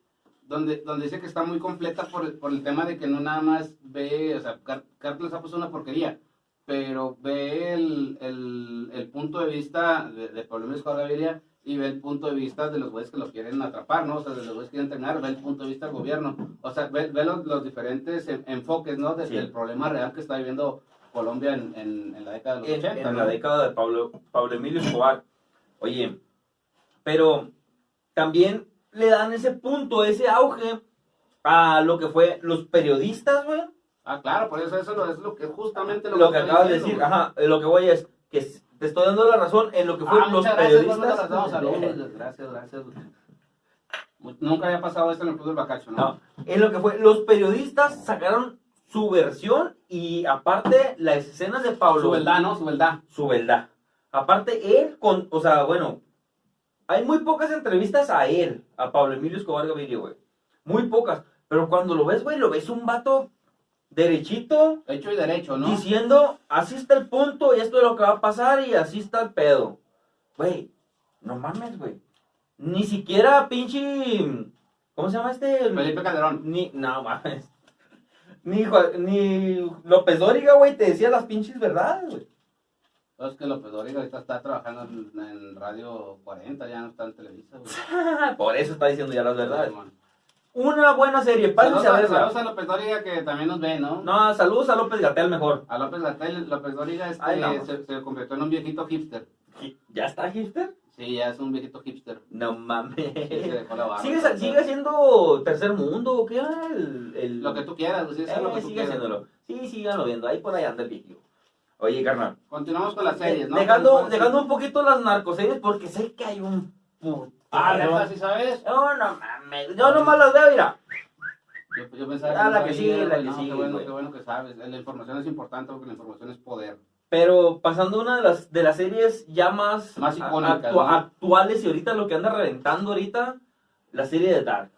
donde, donde dice que está muy completa por, el- por el tema de que no nada más ve, o sea, Car- Cartel Sapo es una porquería, pero ve el, el, el punto de vista de, de Pablo Escobar Gaviria y ve el punto de vista de los güeyes que lo quieren atrapar, ¿no? O sea, de los güeyes que quieren entrenar, ve el punto de vista del gobierno, o sea, ve, ve los, los diferentes en- enfoques, ¿no? Desde Sí. el problema real que está viviendo Colombia en, en, en la década de los en, 80. en ¿no? la década de Pablo, Pablo Emilio Escobar. Oye, pero también le dan ese punto, ese auge a lo que fue los periodistas, güey. Ah, claro, por eso eso lo- es lo que justamente lo, Lo que estoy acabas de decir, diciendo, güey. ajá, lo que voy es que s- te estoy dando la razón en lo que Ah, fueron los muchas gracias, Pablo, periodistas. te mandamos saludos, gracias, gracias. Mu- Nunca había pasado esto en el Club del Bacacho, ¿no? No, en lo que fue, los periodistas sacaron su versión y aparte las escenas de Pablo. Su verdad, ¿no? Su verdad. su verdad. Aparte, él con, o sea, bueno, hay muy pocas entrevistas a él, a Pablo Emilio Escobar Gaviria, güey. Muy pocas. Pero cuando lo ves, güey, lo ves un vato derechito, Hecho y derecho, ¿no? diciendo, así está el punto, y esto es lo que va a pasar, y así está el pedo. Güey, no mames, güey. Ni siquiera pinche... ¿Cómo se llama este? Felipe Calderón. Ni, no mames. Ni, Ju- ni López Dóriga, güey, te decía las pinches verdades, güey. Es que López Dóriga ahorita está trabajando en, en Radio 40, ya no está en Televisa. güey. Por eso está diciendo ya las verdades. Simón. Una buena serie, párense a Saludos a, verla. saludos a López Dóriga que también nos ve, ¿no? No, saludos a López Gatel mejor. A López Gatel, López Dóriga este, Ay, no. se, se convirtió en un viejito hipster. ¿Ya está hipster? Sí, ya es un viejito hipster. No mames. Sí, se dejó la barba. Sigue, sa- sigue siendo tercer mundo, ¿o ¿qué era el, el- Lo que tú quieras, pues, sí, eso es lo Eh, que tú sigue quieras. haciéndolo. Sí, síganlo viendo, ahí por ahí anda el viejillo. Oye, carnal. Continuamos con las series, ¿no? dejando, Continuamos- dejando un poquito las narcoseries porque sé que hay un puto. Ah, ¿verdad? ¿Sí sabes? No, no mames. Yo nomás las veo, mira. Yo, yo pensaba Ah, no la que sabía, sigue, la güey, que no, sigue, Qué bueno, güey. qué bueno que sabes. La información es importante porque la información es poder. Pero pasando a una de las, de las series ya más, Más a- icónicas, actua- ¿no? actuales y ahorita lo que anda reventando ahorita, la serie de Dark.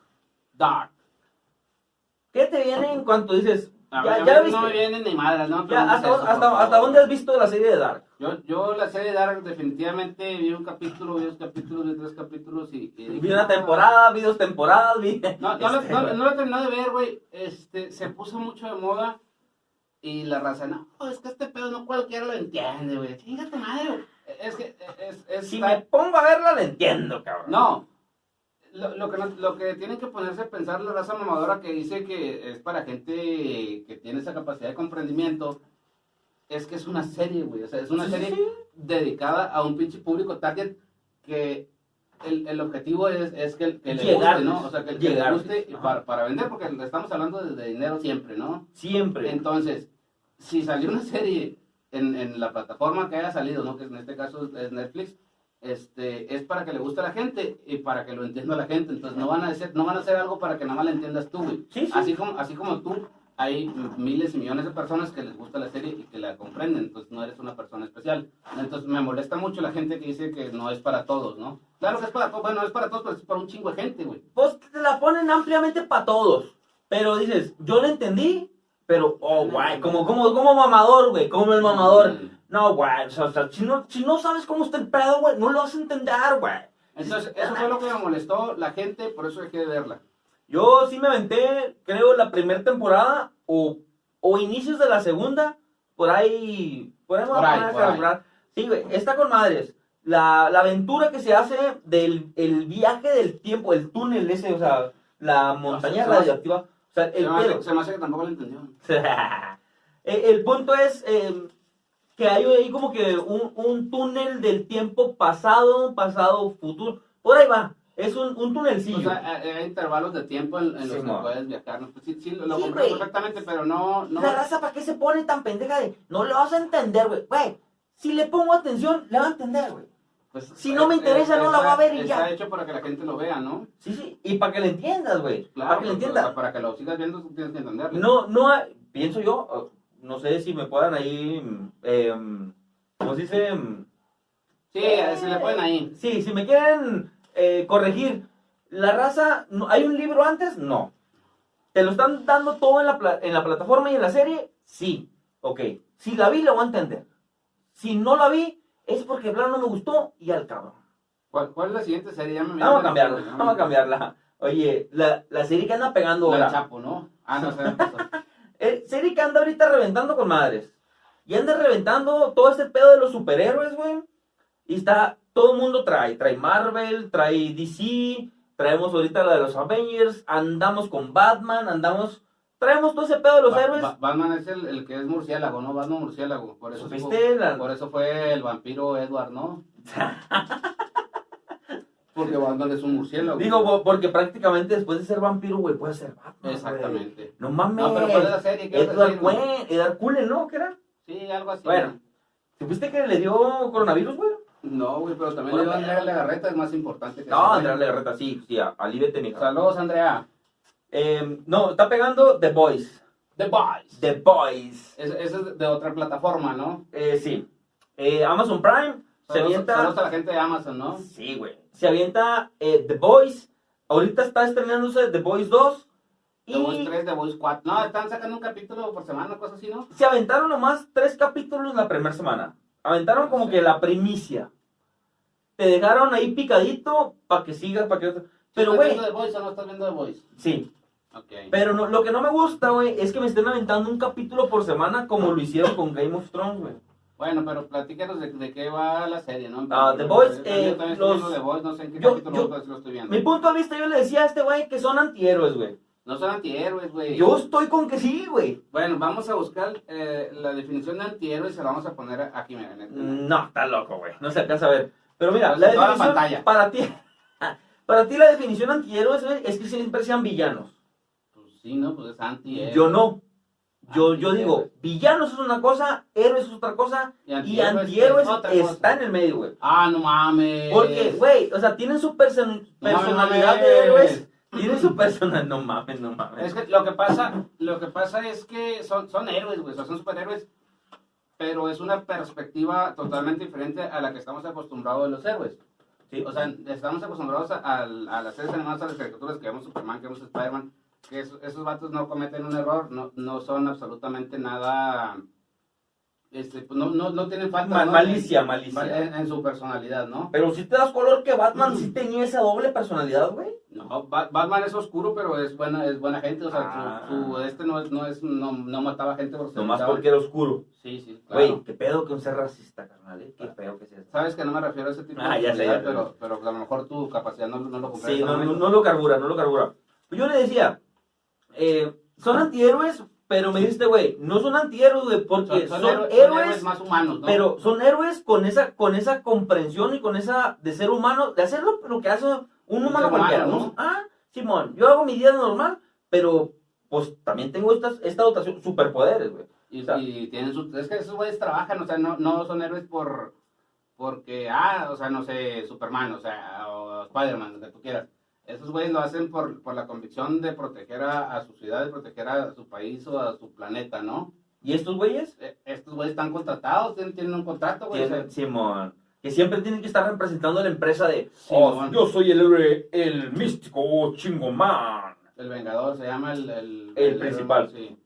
Dark. ¿Qué te viene en cuanto dices, A ya, ver, ya a la mí viste? No Ah, me vienen ni madres, no me Ya, preguntes ¿hasta, eso, dónde- por hasta- favor. hasta dónde has visto la serie de Dark? Yo, yo la serie Dark definitivamente vi un capítulo, vi dos capítulos, vi tres capítulos y... "Ah, y- Vi una temporada, vi dos temporadas, vi... No, no, Este, lo, no, güey. no lo terminé de ver, güey. Este, se puso mucho de moda y la raza, no, es que este pedo no cualquiera lo entiende, güey. Chingate madre, güey. Es que es, es, Si está- me pongo a verla, la entiendo, cabrón. No. Lo, lo que, no- lo que tienen que ponerse a pensar la raza mamadora que dice que es para gente que tiene esa capacidad de comprendimiento es que es una serie, güey. O sea, es una Sí, sí, serie sí. dedicada a un pinche público target que el, el objetivo es, es que, el- que le guste, Llegarles, ¿no? O sea, que, que le llegarles, guste y ajá. para, para vender, porque le estamos hablando de, de dinero siempre, ¿no? Siempre. Entonces, si salió una serie en, en la plataforma que haya salido, ¿no? Que en este caso es Netflix, este, es para que le guste a la gente y para que lo entienda la gente. Entonces no van a hacer, no van a hacer algo para que nada más la entiendas tú, güey. Sí, sí. Así como, así como tú, hay miles y millones de personas que les gusta la serie y que la comprenden. Entonces no eres una persona especial. Entonces me molesta mucho la gente que dice que no es para todos, ¿no? Claro que es para todos, bueno, es para todos, pero es para un chingo de gente, güey. Pues te la ponen ampliamente para todos. Pero dices, yo la entendí, pero, oh, guay, como, como, como mamador, güey, como el mamador. Mm. No, güey, o sea, o sea, si, no, si no sabes cómo está el pedo, güey, no lo vas a entender, güey. Entonces, eso fue lo que me molestó la gente, por eso dejé de verla. Yo sí me aventé, creo, la primera temporada o, o inicios de la segunda, por ahí, por ahí, me voy a Por ahí, poner a por ahí. calcular. Sí, güey, está con madres. La, la aventura que se hace del el viaje del tiempo, el túnel ese, o sea, la montaña se me hace- radioactiva. O sea, el se, me pedo. hace, se me hace que tampoco lo entendió. el, el punto es eh, que hay ahí como que un, un túnel del tiempo pasado, pasado, futuro. Por ahí va. Es un, un O tunelcillo. sea, hay- hay intervalos de tiempo en, en los que Simón. puedes viajar. ¿no? Pues sí, sí, lo, lo Sí, comprendo güey. perfectamente, pero no... no La raza, ¿para qué se pone tan pendeja de no lo vas a entender, güey? Güey, si le pongo atención, le va a entender, güey. pues, si no me eh, interesa, no la voy a ver y está ya. Está hecho para que la gente lo vea, ¿no? Sí, sí. Y para que le entiendas, güey. para que le pues, o sea, entiendas. para que lo sigas viendo, tú tienes que entenderlo. No, no, hay- pienso yo, oh, no sé si me puedan ahí, mm, em, ¿cómo se dice? Mm, Sí, eh, se le ponen ahí. Sí, si me quieren eh, corregir. La raza, no- ¿hay un libro antes? No. ¿Te lo están dando todo en la, pla- en la plataforma y en la serie? Sí. Ok. Si la vi, la voy a entender. Si no la vi, es porque el plano no me gustó y al cabrón. ¿Cuál, cuál es la siguiente serie? Ya me Vamos a la- cambiarla, vamos a cambiarla. Oye, la, la serie que anda pegando La ahora. del Chapo, ¿no? Ah, no, se me pasó. Eh, serie que anda ahorita reventando con madres. Y anda reventando todo este pedo de los superhéroes, güey. Y está, todo el mundo trae. Trae Marvel, trae DC, traemos ahorita la de los Avengers, andamos con Batman, andamos... Traemos todo ese pedo de los Ba- héroes. Ba- Batman es el, el que es murciélago, ¿no? Batman murciélago. Por eso, ¿Supiste supo- la- por eso fue el vampiro Edward, ¿no? Porque Batman es un murciélago. Digo, bo- porque prácticamente después de ser vampiro, güey, puede ser Batman. güey. Exactamente. No mames. No, pero ¿cuál es la serie? ¿Qué vas a Edward decir, güey? Cullen, Edward Cullen, ¿no? ¿Qué era? Sí, algo así. Bueno. ¿Supiste que le dio coronavirus, güey? No, güey, pero también Bueno, le va a Andrea Legarreta, es más importante que ese, No, güey. Andrea Legarreta, sí, sí, a- alívete, mi carnal. Saludos, Andrea. Eh, no, está pegando The Boys. The Boys. The Boys. Es- Esa es de otra plataforma, ¿no? Eh, sí. Eh, Amazon Prime se Saludos- Saludos a avienta. la gente de Amazon, ¿no? Sí, güey. Se avienta eh, The Boys. Ahorita está estrenándose The Boys 2. The Boys Y 3, The Boys 4. No, están sacando un capítulo por semana, cosas así, ¿no? se aventaron nomás tres capítulos la primera semana. Aventaron como Sí. que la primicia. Te dejaron ahí picadito para que sigas, para que... Pero, ¿Estás güey, viendo The Boys o no estás viendo The Boys? sí. Ok. Pero no, lo que no me gusta, güey, es que me estén aventando un capítulo por semana como lo hicieron con Game of Thrones, güey. Bueno, pero platícanos de, de qué va la serie, ¿no? Ah, The Boys, Yo también eh, estoy los- viendo The Boys, no sé en qué yo- capítulo pues, yo- lo- lo estoy viendo. Mi punto de vista, yo le decía a este güey que son antihéroes, güey. No son antihéroes, güey. Yo estoy con que sí, güey. Bueno, vamos a buscar eh, la definición de antihéroe y se la vamos a poner aquí, miren. en este- No, está loco, güey. No se alcanza a ver. Pero mira, la Toda la definición pantalla. para ti, para ti la definición antihéroes güey, es que siempre sean villanos. Pues sí, ¿no? Pues es antihéroe. Yo no. Yo, yo digo, villanos es una cosa, héroes es otra cosa Y y antihéroes antihéroes es otra está cosa. en el medio, güey. Ah, no mames. Porque, güey, o sea, tienen su perso- personalidad de mames. héroes. Tienen su personalidad. No mames, no mames. Es que lo que pasa, lo que pasa es que son, son héroes, güey, o sea, son superhéroes, pero es una perspectiva totalmente diferente a la que estamos acostumbrados de los héroes. Sí. O sea, estamos acostumbrados a, a- a las series animadas, a las caricaturas que vemos Superman, que vemos Spider-Man, que es- esos vatos no cometen un error, no, no son absolutamente nada, este, pues, no, no, no tienen falta. Ma- ¿no? malicia, En- malicia. En, en su personalidad, ¿no? Pero si te das color que Batman sí tenía esa doble personalidad, güey. No, Ba- Batman es oscuro, pero es buena, es buena gente, o sea, Ah. su, su- este no es, no es, no, no mataba gente por ser Nomás chavo. porque era oscuro. Sí, sí, claro. Güey, qué pedo que un ser racista, carnal. eh. Qué pedo que seas. Sabes que no me refiero a ese tipo Ah, de ya sé, personalidad, ya sé. pero, pero a lo mejor tu capacidad no, no lo comprende. Sí, no, no, no lo carbura, no lo carbura. Pues yo le decía, eh, son antihéroes, pero me dijiste, güey, no son antihéroes, güey, porque son, héroes más humanos, ¿no? Pero son héroes con esa, con esa comprensión y con esa de ser humano, de hacer lo, lo que hace un Un humano ser humano, cualquiera. ¿no? Un- Ah, Simón, yo hago mi día normal, pero pues también tengo estas, esta dotación, superpoderes, güey. y, o sea- y tienen su... Es que esos güeyes trabajan, o sea, no, no son héroes por... Porque, ah, o sea, no sé, Superman, o sea, o Spider-Man, lo que tú quieras. Esos güeyes lo hacen por, por la convicción de proteger a, a su ciudad, de proteger a su país o a su planeta, ¿no? ¿Y estos güeyes? Eh, Estos güeyes están contratados, tienen, tienen un contrato, güey. o sea, Tienen- Simón. Que siempre tienen que estar representando a la empresa de Simón. "Oh, yo soy el héroe, el místico chingomán. el Vengador se llama el... El, El principal. Sí.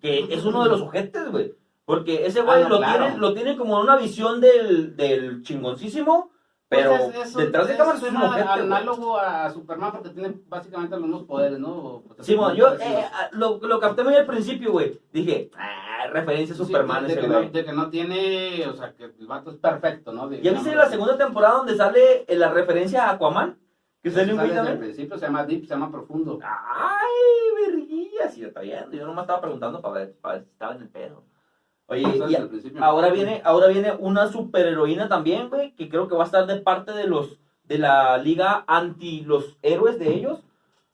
Que es uno de los ojetes, güey. Porque ese güey Ah, no, lo, claro. tiene, lo tiene como una visión del, del chingoncísimo, pero Pues es- es un- detrás de es cámaras es un una- ojete, güey. análogo a Superman porque tiene básicamente los mismos poderes, ¿no? pues, Simón, yo eh, ah, lo, lo capté muy al principio, güey. Dije, ah, referencia a Superman Sí, de, ese que no, güey. de que no tiene, o sea, que el vato es perfecto, ¿no? ¿Ya viste la segunda temporada donde sale eh, la referencia a Aquaman? Que sale un güey Al también. principio se llama Deep, se llama Profundo. Ay, verguilla, si lo está viendo. Yo nomás estaba preguntando para ver, para ver si estaba en el pedo. Oye, Entonces, y al principio. ahora viene, ahora viene una superheroína también, güey, que creo que va a estar de parte de los de la liga anti los héroes de ellos.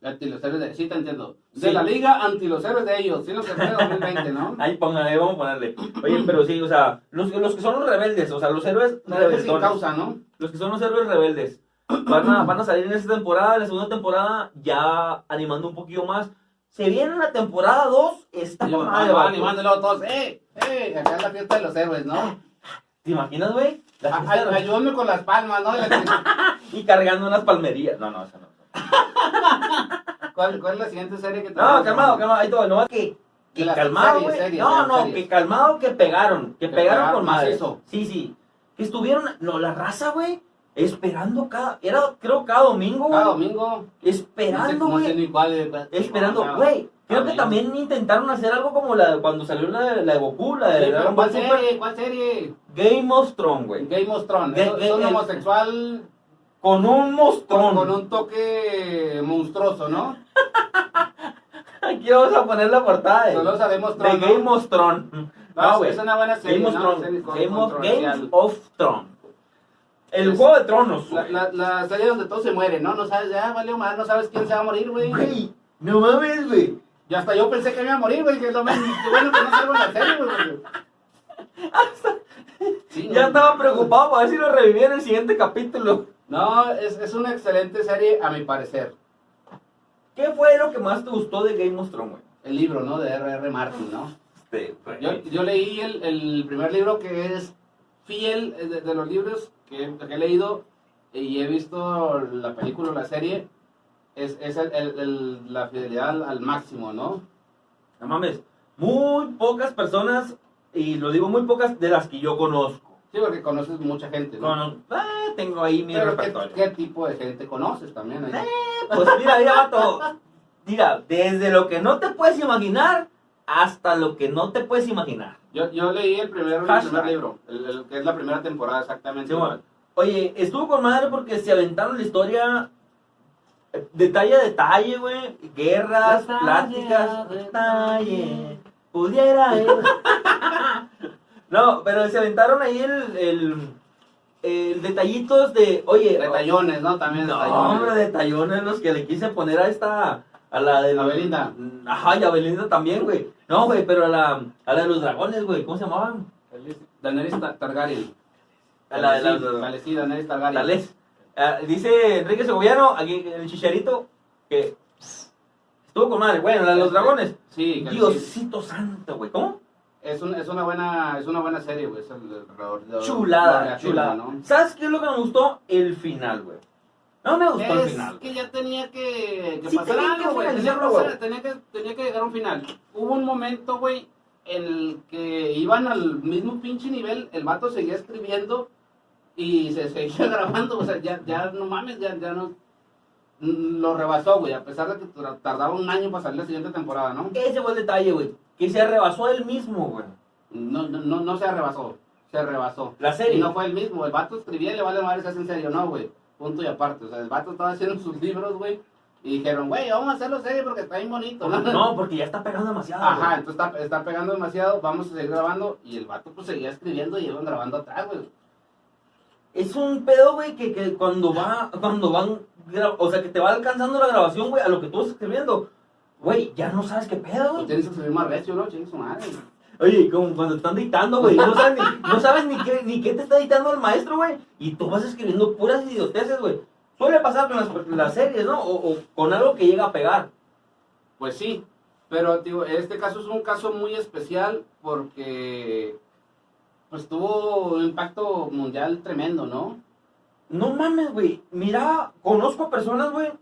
Anti los héroes de. Sí, te entiendo. Sí. Ah, De la liga anti los héroes de ellos. Sí, lo que fue 2020, ¿no? Ahí pongan, ahí vamos a ponerle. Oye, pero sí, o sea, los, los que son los rebeldes, o sea, los héroes Rebeldes sin rebeldones. causa, ¿no? Los que son los héroes rebeldes. Van a, van a salir en esta temporada, en la segunda temporada, ya animando un poquillo más. Se viene la temporada 2, está Y yo, con ah, madre, van vato. animándolo a todos. ¡Eh! ¡Eh! Acá es la fiesta de los héroes, ¿no? ¿Te imaginas, güey? A- Ah, ay- Ayúdame con las palmas, ¿no? La- Y cargando unas palmerías. No, no, eso no. ¿Cuál, ¿Cuál es la siguiente serie que No, tenemos? calmado, calmado. Ahí todo. No, que, que Las calmado, series, güey. series, no, series, no, series. que calmado que pegaron. Que, Que pegaron pegaron con madre. macizo. Sí, sí. Que estuvieron, no, la raza, güey, esperando cada, era, creo, cada domingo, güey. Cada domingo. no sé, Esperando, no güey. sé ni cuál es. Esperando, No, güey. Creo Ah, que bien. también intentaron hacer algo como la de cuando salió la de, la de Goku, la de Sí, Dragon pero Ball ¿Cuál Super. serie? ¿Cuál serie? Game of Thrones, güey. Game of Thrones. Ga- Es es un ga- homosexual Con un con, mostrón. con un toque monstruoso, ¿no? Aquí vamos a poner la portada de, Solo sabemos de Thrones. ¿no? Game of Thrones. No, No, es- güey. es una buena serie. Game of ¿no? Thrones. Serie con- Game of, Game controversial. of Thrones. El Es- juego de tronos. La, güey. la, la serie donde todos se mueren, ¿no? No sabes, ya valió más, no sabes quién se va a morir, güey. Güey, no mames, güey. Y hasta yo pensé que me iba a morir, güey, que es lo menos qué bueno que no salgo en la serie, güey. porque- Sí, Ya no. estaba preocupado para ver si lo revivía en el siguiente capítulo. No, es, es una excelente serie, a mi parecer. ¿Qué fue lo que más te gustó de Game of Thrones, güey? El libro, ¿no? De R.R. Martin, ¿no? Este, güey. Yo, yo leí el, el primer libro que es fiel eh, de, de los libros que, que he leído y he visto la película o la serie. Es, es el- el- el- la fidelidad al, al máximo, ¿no? No mames, muy pocas personas, y lo digo muy pocas de las que yo conozco. Sí, porque conoces mucha gente, ¿no? Cono- ah, tengo ahí mi Pero ¿qué, repertorio. qué tipo de gente conoces también? ahí? Pues mira, mira, vato. Mira, desde lo que no te puedes imaginar hasta lo que no te puedes imaginar. Yo, yo leí el primer, el Hashtag. primer libro, el, el que es la primera temporada exactamente. Simón. Oye, estuvo con madre porque se aventaron la historia eh, detalle a detalle, güey. Guerras, Detalle a pláticas, detalle. detalle. Pudiera ir. no, pero se aventaron ahí el, el, el detallitos de, oye, Detallones, ¿no? También no, detallones. hombre, detallones los que le quise poner a esta, a la de A Belinda. Ajá, y a Belinda también, güey. No, güey, pero a la, a la de los dragones, güey, ¿cómo se llamaban? Daenerys Ta- Targaryen. A la de Sí, las... vale, sí, Daenerys Targaryen. Tal vez. Ah, dice Enrique Segoviano, aquí el chicharito, que estuvo con madre. Bueno, la de los dragones. Este, Sí, que sí. Diosito santo, güey. ¿Cómo? Es, un- es una buena es una buena serie, güey. Es el, alrededor de- de Chulada, la chulada. firma, ¿no? ¿Sabes qué es lo que me gustó? El final, güey. No me gustó el Es final. que ya tenía que, que Sí, pasar tenía que algo, güey. Tenía, que finalizarlo, pasar- güey. tenía que- tenía que llegar a un final. Hubo un momento, güey, en el que iban al mismo pinche nivel. El vato seguía escribiendo y se seguía grabando. O sea, ya, ya no mames, ya, ya no. Lo rebasó, güey. A pesar de que tra- tardaba un año para salir la siguiente temporada, ¿no? Ese fue el detalle, güey. Que se rebasó él mismo, güey. No, no, no, no se rebasó. Se rebasó. La Y serie. no fue el mismo, el vato escribía y le vale madre si es en serio, no, güey. Punto y aparte, o sea, el vato estaba haciendo sus libros, güey, y dijeron, güey, vamos a hacerlo serio porque está bien bonito, ¿no? No, porque ya está pegando demasiado. Ajá, güey. entonces está, está pegando demasiado, vamos a seguir grabando, y el vato pues seguía escribiendo y iban grabando atrás, güey. Es un pedo, güey, que, que cuando va, cuando van, gra- o sea, que te va alcanzando la grabación, güey, a lo que tú estás escribiendo, güey, ya no sabes qué pedo, Tú güey. tienes que escribir más recio, ¿no? Chingue su madre. Oye, como cuando te están dictando, güey, no sabes, ni, no sabes ni, qué, ni qué te está dictando el maestro, güey, y tú vas escribiendo puras idioteces, güey. Suele pasar con las, las series, ¿no? O, o con algo que llega a pegar. Pues sí, pero digo, este caso es un caso muy especial porque pues tuvo un impacto mundial tremendo, ¿no? No mames, güey, mira, conozco personas, güey,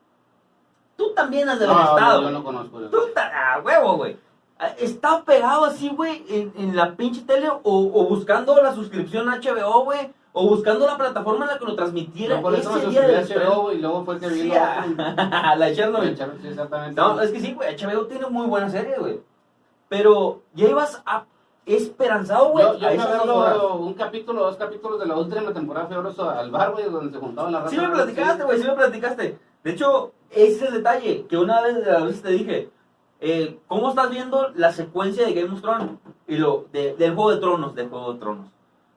tú también has de No, haber estado, yo, güey. no conozco. yo. Tú ta- a huevo, güey. Ah, Está pegado así, güey, en, en la pinche tele o, o buscando la suscripción HBO, güey, o buscando la plataforma en la que lo transmitiera. Yo por eso me ese día suscribí a del estreno. HBO y luego fue que vi Sí, lo otro. a- la de No, Chernobyl. Chavo, sí, exactamente. No, es que sí, güey, HBO tiene muy buena serie, güey. Pero ya ibas a, esperanzado, güey, Yo, yo a fui a esas dos horas. verlo un capítulo, dos capítulos de la última temporada fui a verlos al bar, güey, donde se juntaban las raza. Sí me platicaste, güey, sí me platicaste. De hecho, ese es el detalle, que una vez, a veces te dije, eh, ¿cómo estás viendo la secuencia de Game of Thrones? Y lo, de- del Juego de Tronos, del Juego de Tronos.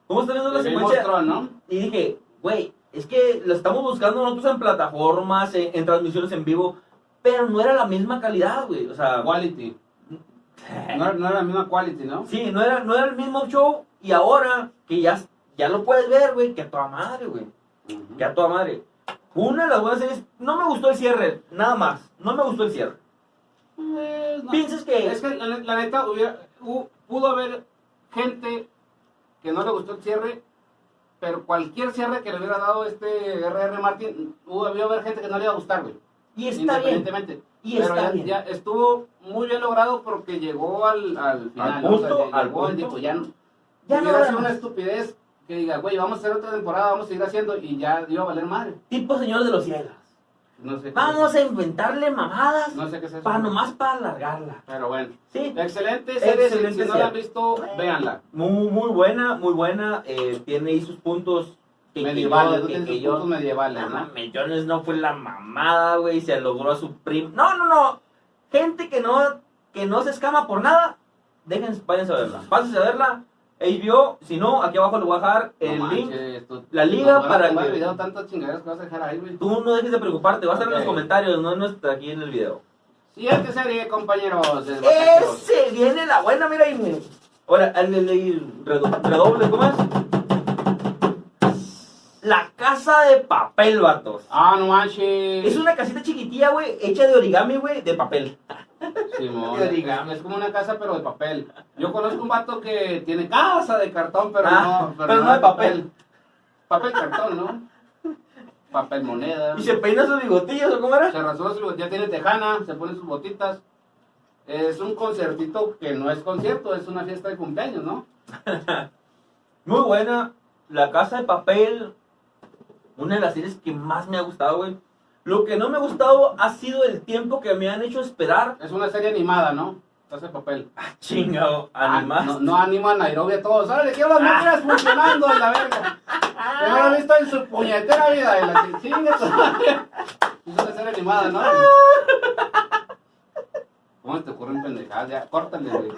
¿Cómo estás viendo la De Game of secuencia? Thrones, ¿no? Y dije, güey, es que lo estamos buscando nosotros en plataformas, en, en transmisiones en vivo, pero no era la misma calidad, güey. O sea, Quality. No, era- no era la misma quality, ¿no? sí, no era, no era el mismo show y ahora que ya, ya lo puedes ver, güey, que a toda madre, güey. Ujú. Que a toda madre. Una de las buenas series, no me gustó el cierre, nada más. No me gustó el cierre. Pues, no. ¿Piensas que Es que la, ne- la neta hubiera, hu- pudo haber gente que no le gustó el cierre Pero cualquier cierre que le hubiera dado este R.R. Martin, hubo, había haber gente que no le iba a gustar, güey. Y está bien. independientemente. Y pero está ya, bien. ya estuvo muy bien logrado porque llegó al, al final. Al punto, llegó al y punto. dijo, ya no. Ya no hubiera habrá sido una más. estupidez que diga, güey, vamos a hacer otra temporada, vamos a seguir haciendo y ya iba a valer madre. Tipo señor de los cielos. No sé. qué- Vamos a inventarle mamadas No sé qué es eso. para nomás para alargarla. Pero bueno. Sí. Excelente serie. si- Excelente si no la han serie. visto, véanla. Muy, muy buena, muy buena. eh, tiene ahí sus puntos que- que Medievales, yo- tú que- tienes que tus yo- puntos medievales, No ¿no? mames, Jones no fue la mamada, güey. Se logró a su primo. No, no, no. Gente que no, que no se escama por nada, dejen, váyanse a verla. Pásense a verla. HBO, si no, aquí abajo le voy a dejar el No link. manches, tú- la liga nos van a para tomar que- el video, tantas chingaderas que vas a dejar ahí, güey. Tú no dejes de preocuparte, va a estar en Ok. los comentarios, no en nuestra- aquí en el video. Siguiente serie, compañeros. es Vaqueros. ¡Ese viene la buena! Mira ahí, mira. Ahora, al de leer redo- redoble, ¿cómo es? La casa de papel, vatos. Ah, no manches. Es una casita chiquitilla, güey, hecha de origami, güey, de papel. Simón, De origami. es como una casa pero de papel. Yo conozco un vato que tiene casa de cartón, pero Ah, no, pero no de papel. Papel cartón, ¿no? Papel moneda. Y se peina sus bigotillos, ¿o cómo era? Se rasura su ya tiene tejana, se pone sus botitas. Es un concertito que no es concierto, es una fiesta de cumpleaños, ¿no? Muy buena. La casa de papel. Una de las series que más me ha gustado, güey. Lo que no me ha gustado ha sido el tiempo que me han hecho esperar. Es una serie animada, ¿no? Casa de papel. Chingado, Ah, no, animal. no anima a Nairobi a todos. Ahora le quiero Ah. las máquinas funcionando a la verga. Que no lo he visto en su puñetera vida. Y la que chinga su madre. Es una serie animada, ¿no? ¿Cómo se te ocurren pendejadas? Ya, córtale, güey.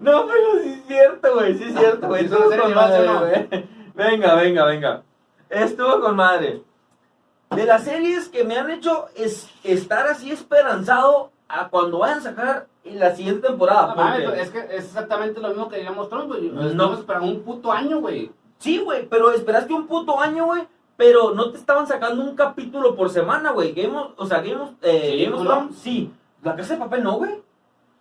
No, pero sí es cierto, güey. Sí es Ah, cierto, güey. Hizo la Estuvo serie con animada, madre, ¿no? güey. Venga, venga, venga. Estuvo con madre. De las series que me han hecho es estar así esperanzado a cuando vayan a sacar la siguiente temporada. No mames, porque- es que es exactamente lo mismo que ya mostró, güey. Ah, No. Estamos esperando un puto año, güey. Sí, güey, pero esperaste un puto año, güey. Pero no te estaban sacando un capítulo por semana, güey. Game of- o sea, Game of, eh, Sí, Game of ¿no? Thrones, sí. La Casa de Papel no, güey.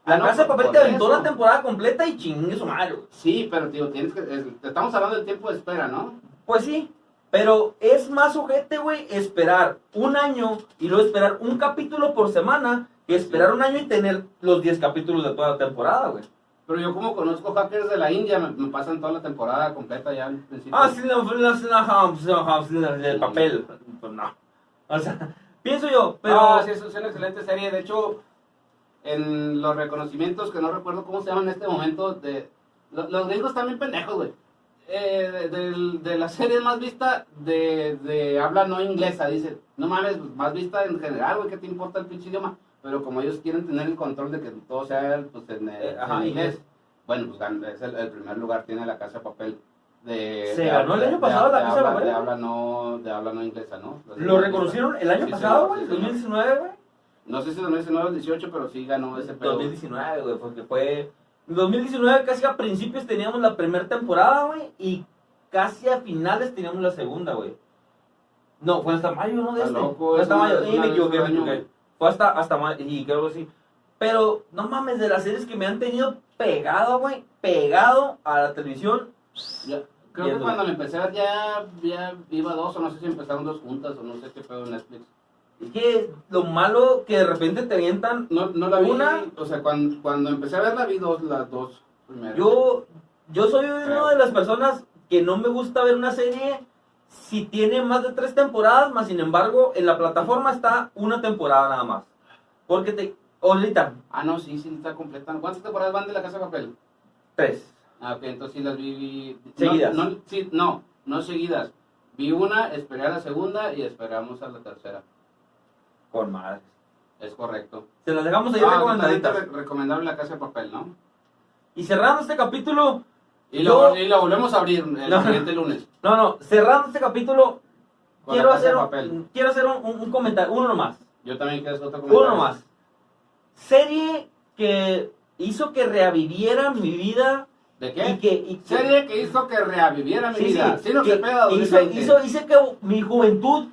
Ah, La no, Casa de por- Papel por te aventó eso. la temporada completa y chingue su madre, güey. Sí, pero tío, tienes que. es- te estamos hablando del tiempo de espera, ¿no? Pues sí, pero es más ojete, güey, esperar un año y luego esperar un capítulo por semana que esperar un año y tener los 10 capítulos de toda la temporada, güey. Pero yo como conozco hackers de la India, me, me pasan toda la temporada completa ya al principio. Ah, sí, la, la, la- la- la- el papel. Pues no. O sea, pienso yo, pero... Pero sí, es es una excelente serie. De hecho, en los reconocimientos, que no recuerdo cómo se llaman en este momento, de lo- los gringos también pendejos, güey. Eh, de, del- de la serie más vista de, de habla no inglesa, dice. No mames, pues, más vista en general, güey, ¿qué te importa el pinche idioma? Pero como ellos quieren tener el control de que todo sea pues, en, eh, Eh, ajá, en inglés, inglés. bueno, pues gan- es el, el primer lugar tiene la casa de papel. De, Se de- ganó el de- año de- pasado la de Casa de habla- Papel, de güey. habla no De habla no inglesa, ¿no? Lo reconocieron el año Sí, pasado, señor, güey, sí, señor. 2019, güey. No sé si 2019 o 18, pero sí ganó ese pedo. 2019, güey, porque fue. En 2019 casi a principios teníamos la primera temporada, güey, y casi a finales teníamos la segunda, güey. No, fue hasta mayo, ¿no? De Está este. loco, fue es hasta una- mayo, es sí, una me vez equivoqué, al me año, equivoqué. güey. Fue hasta, hasta mayo, y creo que sí. Pero, no mames, de las series que me han tenido pegado, güey, pegado a la televisión. Ya, Creo Bien, que cuando güey. la empecé a ver ya, ya iba dos, o no sé si empezaron dos juntas, o no sé qué pedo en Netflix. Es que lo malo que de repente te avientan No, no la vi, Una- o sea, cuando, cuando empecé a verla vi dos, las dos primeras. Yo, yo soy una de las personas que no me gusta ver una serie si tiene más de tres temporadas, más sin embargo, en la plataforma está una temporada nada más. Porque te. Ahorita, Ah, no, sí, sí, está completa. ¿Cuántas temporadas van de La Casa de Papel? tres. Ah, ok, entonces sí las vi... vi- no, Seguidas. No, sí, no, no seguidas. Vi una, esperé a la segunda y esperamos a la tercera. Con madre. Es correcto. Se las dejamos ahí Ah, recomendaditas. totalmente re- recomendable La Casa de Papel, ¿no? Y cerrando este capítulo. Y lo, Yo- y lo volvemos a abrir el No. siguiente lunes. No, no, cerrando este capítulo, Con quiero la casa hacer, de un- papel. quiero hacer un, un- un comentario, uno nomás. Yo también quiero hacer otro comentario. Uno más. Serie que hizo que reviviera mi vida. ¿De Y qué? que, y que- Serie que hizo que reviviera mi Sí, vida. sí, Sí, no que se pega hizo, hizo, hizo que mi juventud,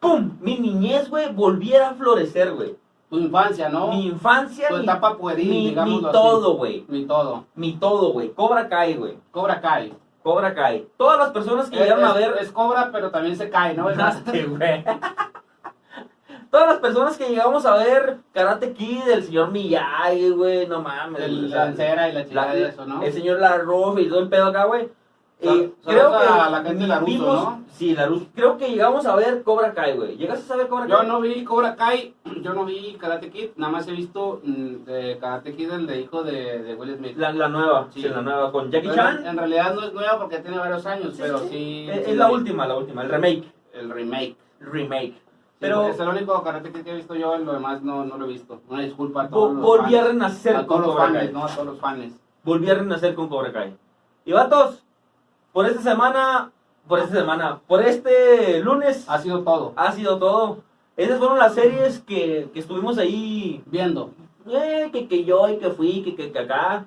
¡pum! Mi niñez, güey, volviera a florecer, güey. Tu infancia, ¿no? Mi infancia, tu mi, etapa pueril, mi- digámoslo mi así. todo, güey. Mi todo. Mi todo, güey. Cobra Kai, güey. Cobra Kai. Cobra Kai. Todas las personas que Es, llegaron a es- ver. es cobra, pero también se cae, ¿no? Es- Este, güey. Todas las personas que llegamos a ver Karate Kid, el señor Miyagi, güey, no mames. güey, el- o sea, la lancera y la chica la- de eso, ¿no? El señor Larrof y todo el pedo acá, güey. Eh, Sal- creo saludos que a la gente de Laruso, vimos- ¿no? Sí, Laruso. Creo que llegamos a ver Cobra Kai, güey. ¿Llegaste a saber Cobra Kai? Yo no vi Cobra Kai, yo no vi Karate Kid, nada más he visto mm, de Karate Kid el de hijo de, de Will Smith. La, la nueva, sí. Sí. la nueva, con Jackie Pero Chan. en, en realidad no es nueva porque tiene varios años, Sí, pero sí. sí. es, sí es la vi. última, la última, el remake. El remake. Remake. Pero Pero pues, es el único Karate Kid que he visto yo, lo demás no, no lo he visto. Una disculpa a todos vo- los volví a fans. renacer a con todos los Cobra Kai. fans, no a todos los fans. Volví a renacer con Cobra Kai. Y vatos, por esta semana, por esta semana, por este lunes Ha sido todo. ha sido todo. Esas fueron las series que, que estuvimos ahí, Viendo. eh, que, que yo y que fui, que, que, que acá,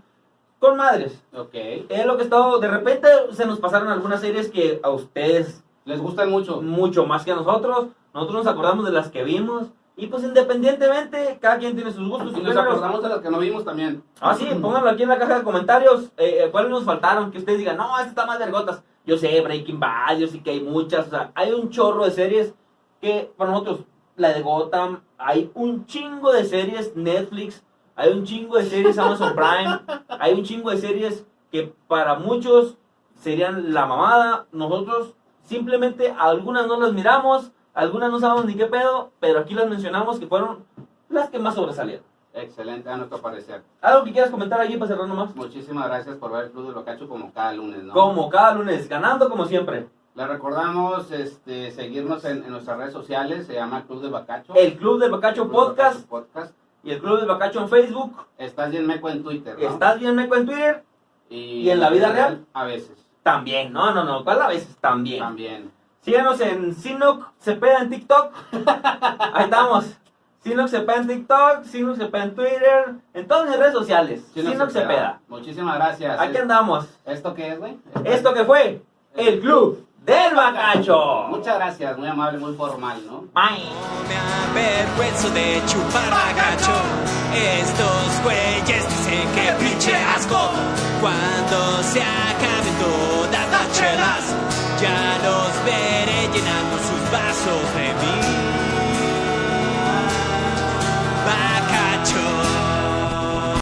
con madres. Ok. Es lo que he estado, de repente se nos pasaron algunas series que a ustedes Les gustan mucho. mucho más que a nosotros. Nosotros nos acordamos de las que vimos. Y pues independientemente, cada quien tiene sus gustos. Y y nos géneros. acordamos de las que no vimos también. pues, Mm. Ah, sí, pónganlo aquí en la caja de comentarios. eh, eh, ¿Cuáles nos faltaron? Que ustedes digan, no, esta está más vergotas. Yo sé, Breaking Bad, yo sé que hay muchas. O sea, hay un chorro de series que para nosotros, la de Gotham, hay un chingo de series Netflix, hay un chingo de series Amazon Prime, hay un chingo de series que para muchos serían la mamada. Nosotros simplemente algunas no las miramos, algunas no sabemos ni qué pedo, pero aquí las mencionamos que fueron las que más sobresalieron. Excelente, a nuestro parecer. ¿Algo que quieras comentar aquí para cerrar nomás? Muchísimas gracias por ver el Club de Locacho como cada lunes, ¿no? Como cada lunes, ganando como siempre. Les recordamos este, seguirnos en, en nuestras redes sociales, se llama Club de Bacacho. El Club del Bacacho Club de Bacacho Podcast Podcast. y el Club del Bacacho en Facebook. Estás bien meco en Twitter, ¿no? Estás bien meco en Twitter. Y, ¿Y en la vida real? A veces, También, no, no, no, ¿cuál a veces? También. también. Síganos en Sinoc Cepeda en TikTok. Ahí estamos. Sinoc Cepeda en TikTok, Sinoc Cepeda en Twitter, en todas mis redes sociales. Sí, no Sinoc se Cepeda. peda. Muchísimas gracias. Aquí andamos. ¿Esto qué es, güey? Esto que fue el Club del Bacacho. Muchas gracias, muy amable, muy formal, ¿no? Bye. No me avergüenzo de chupar bagacho. Estos güeyes dicen que pinche asco. Cuando se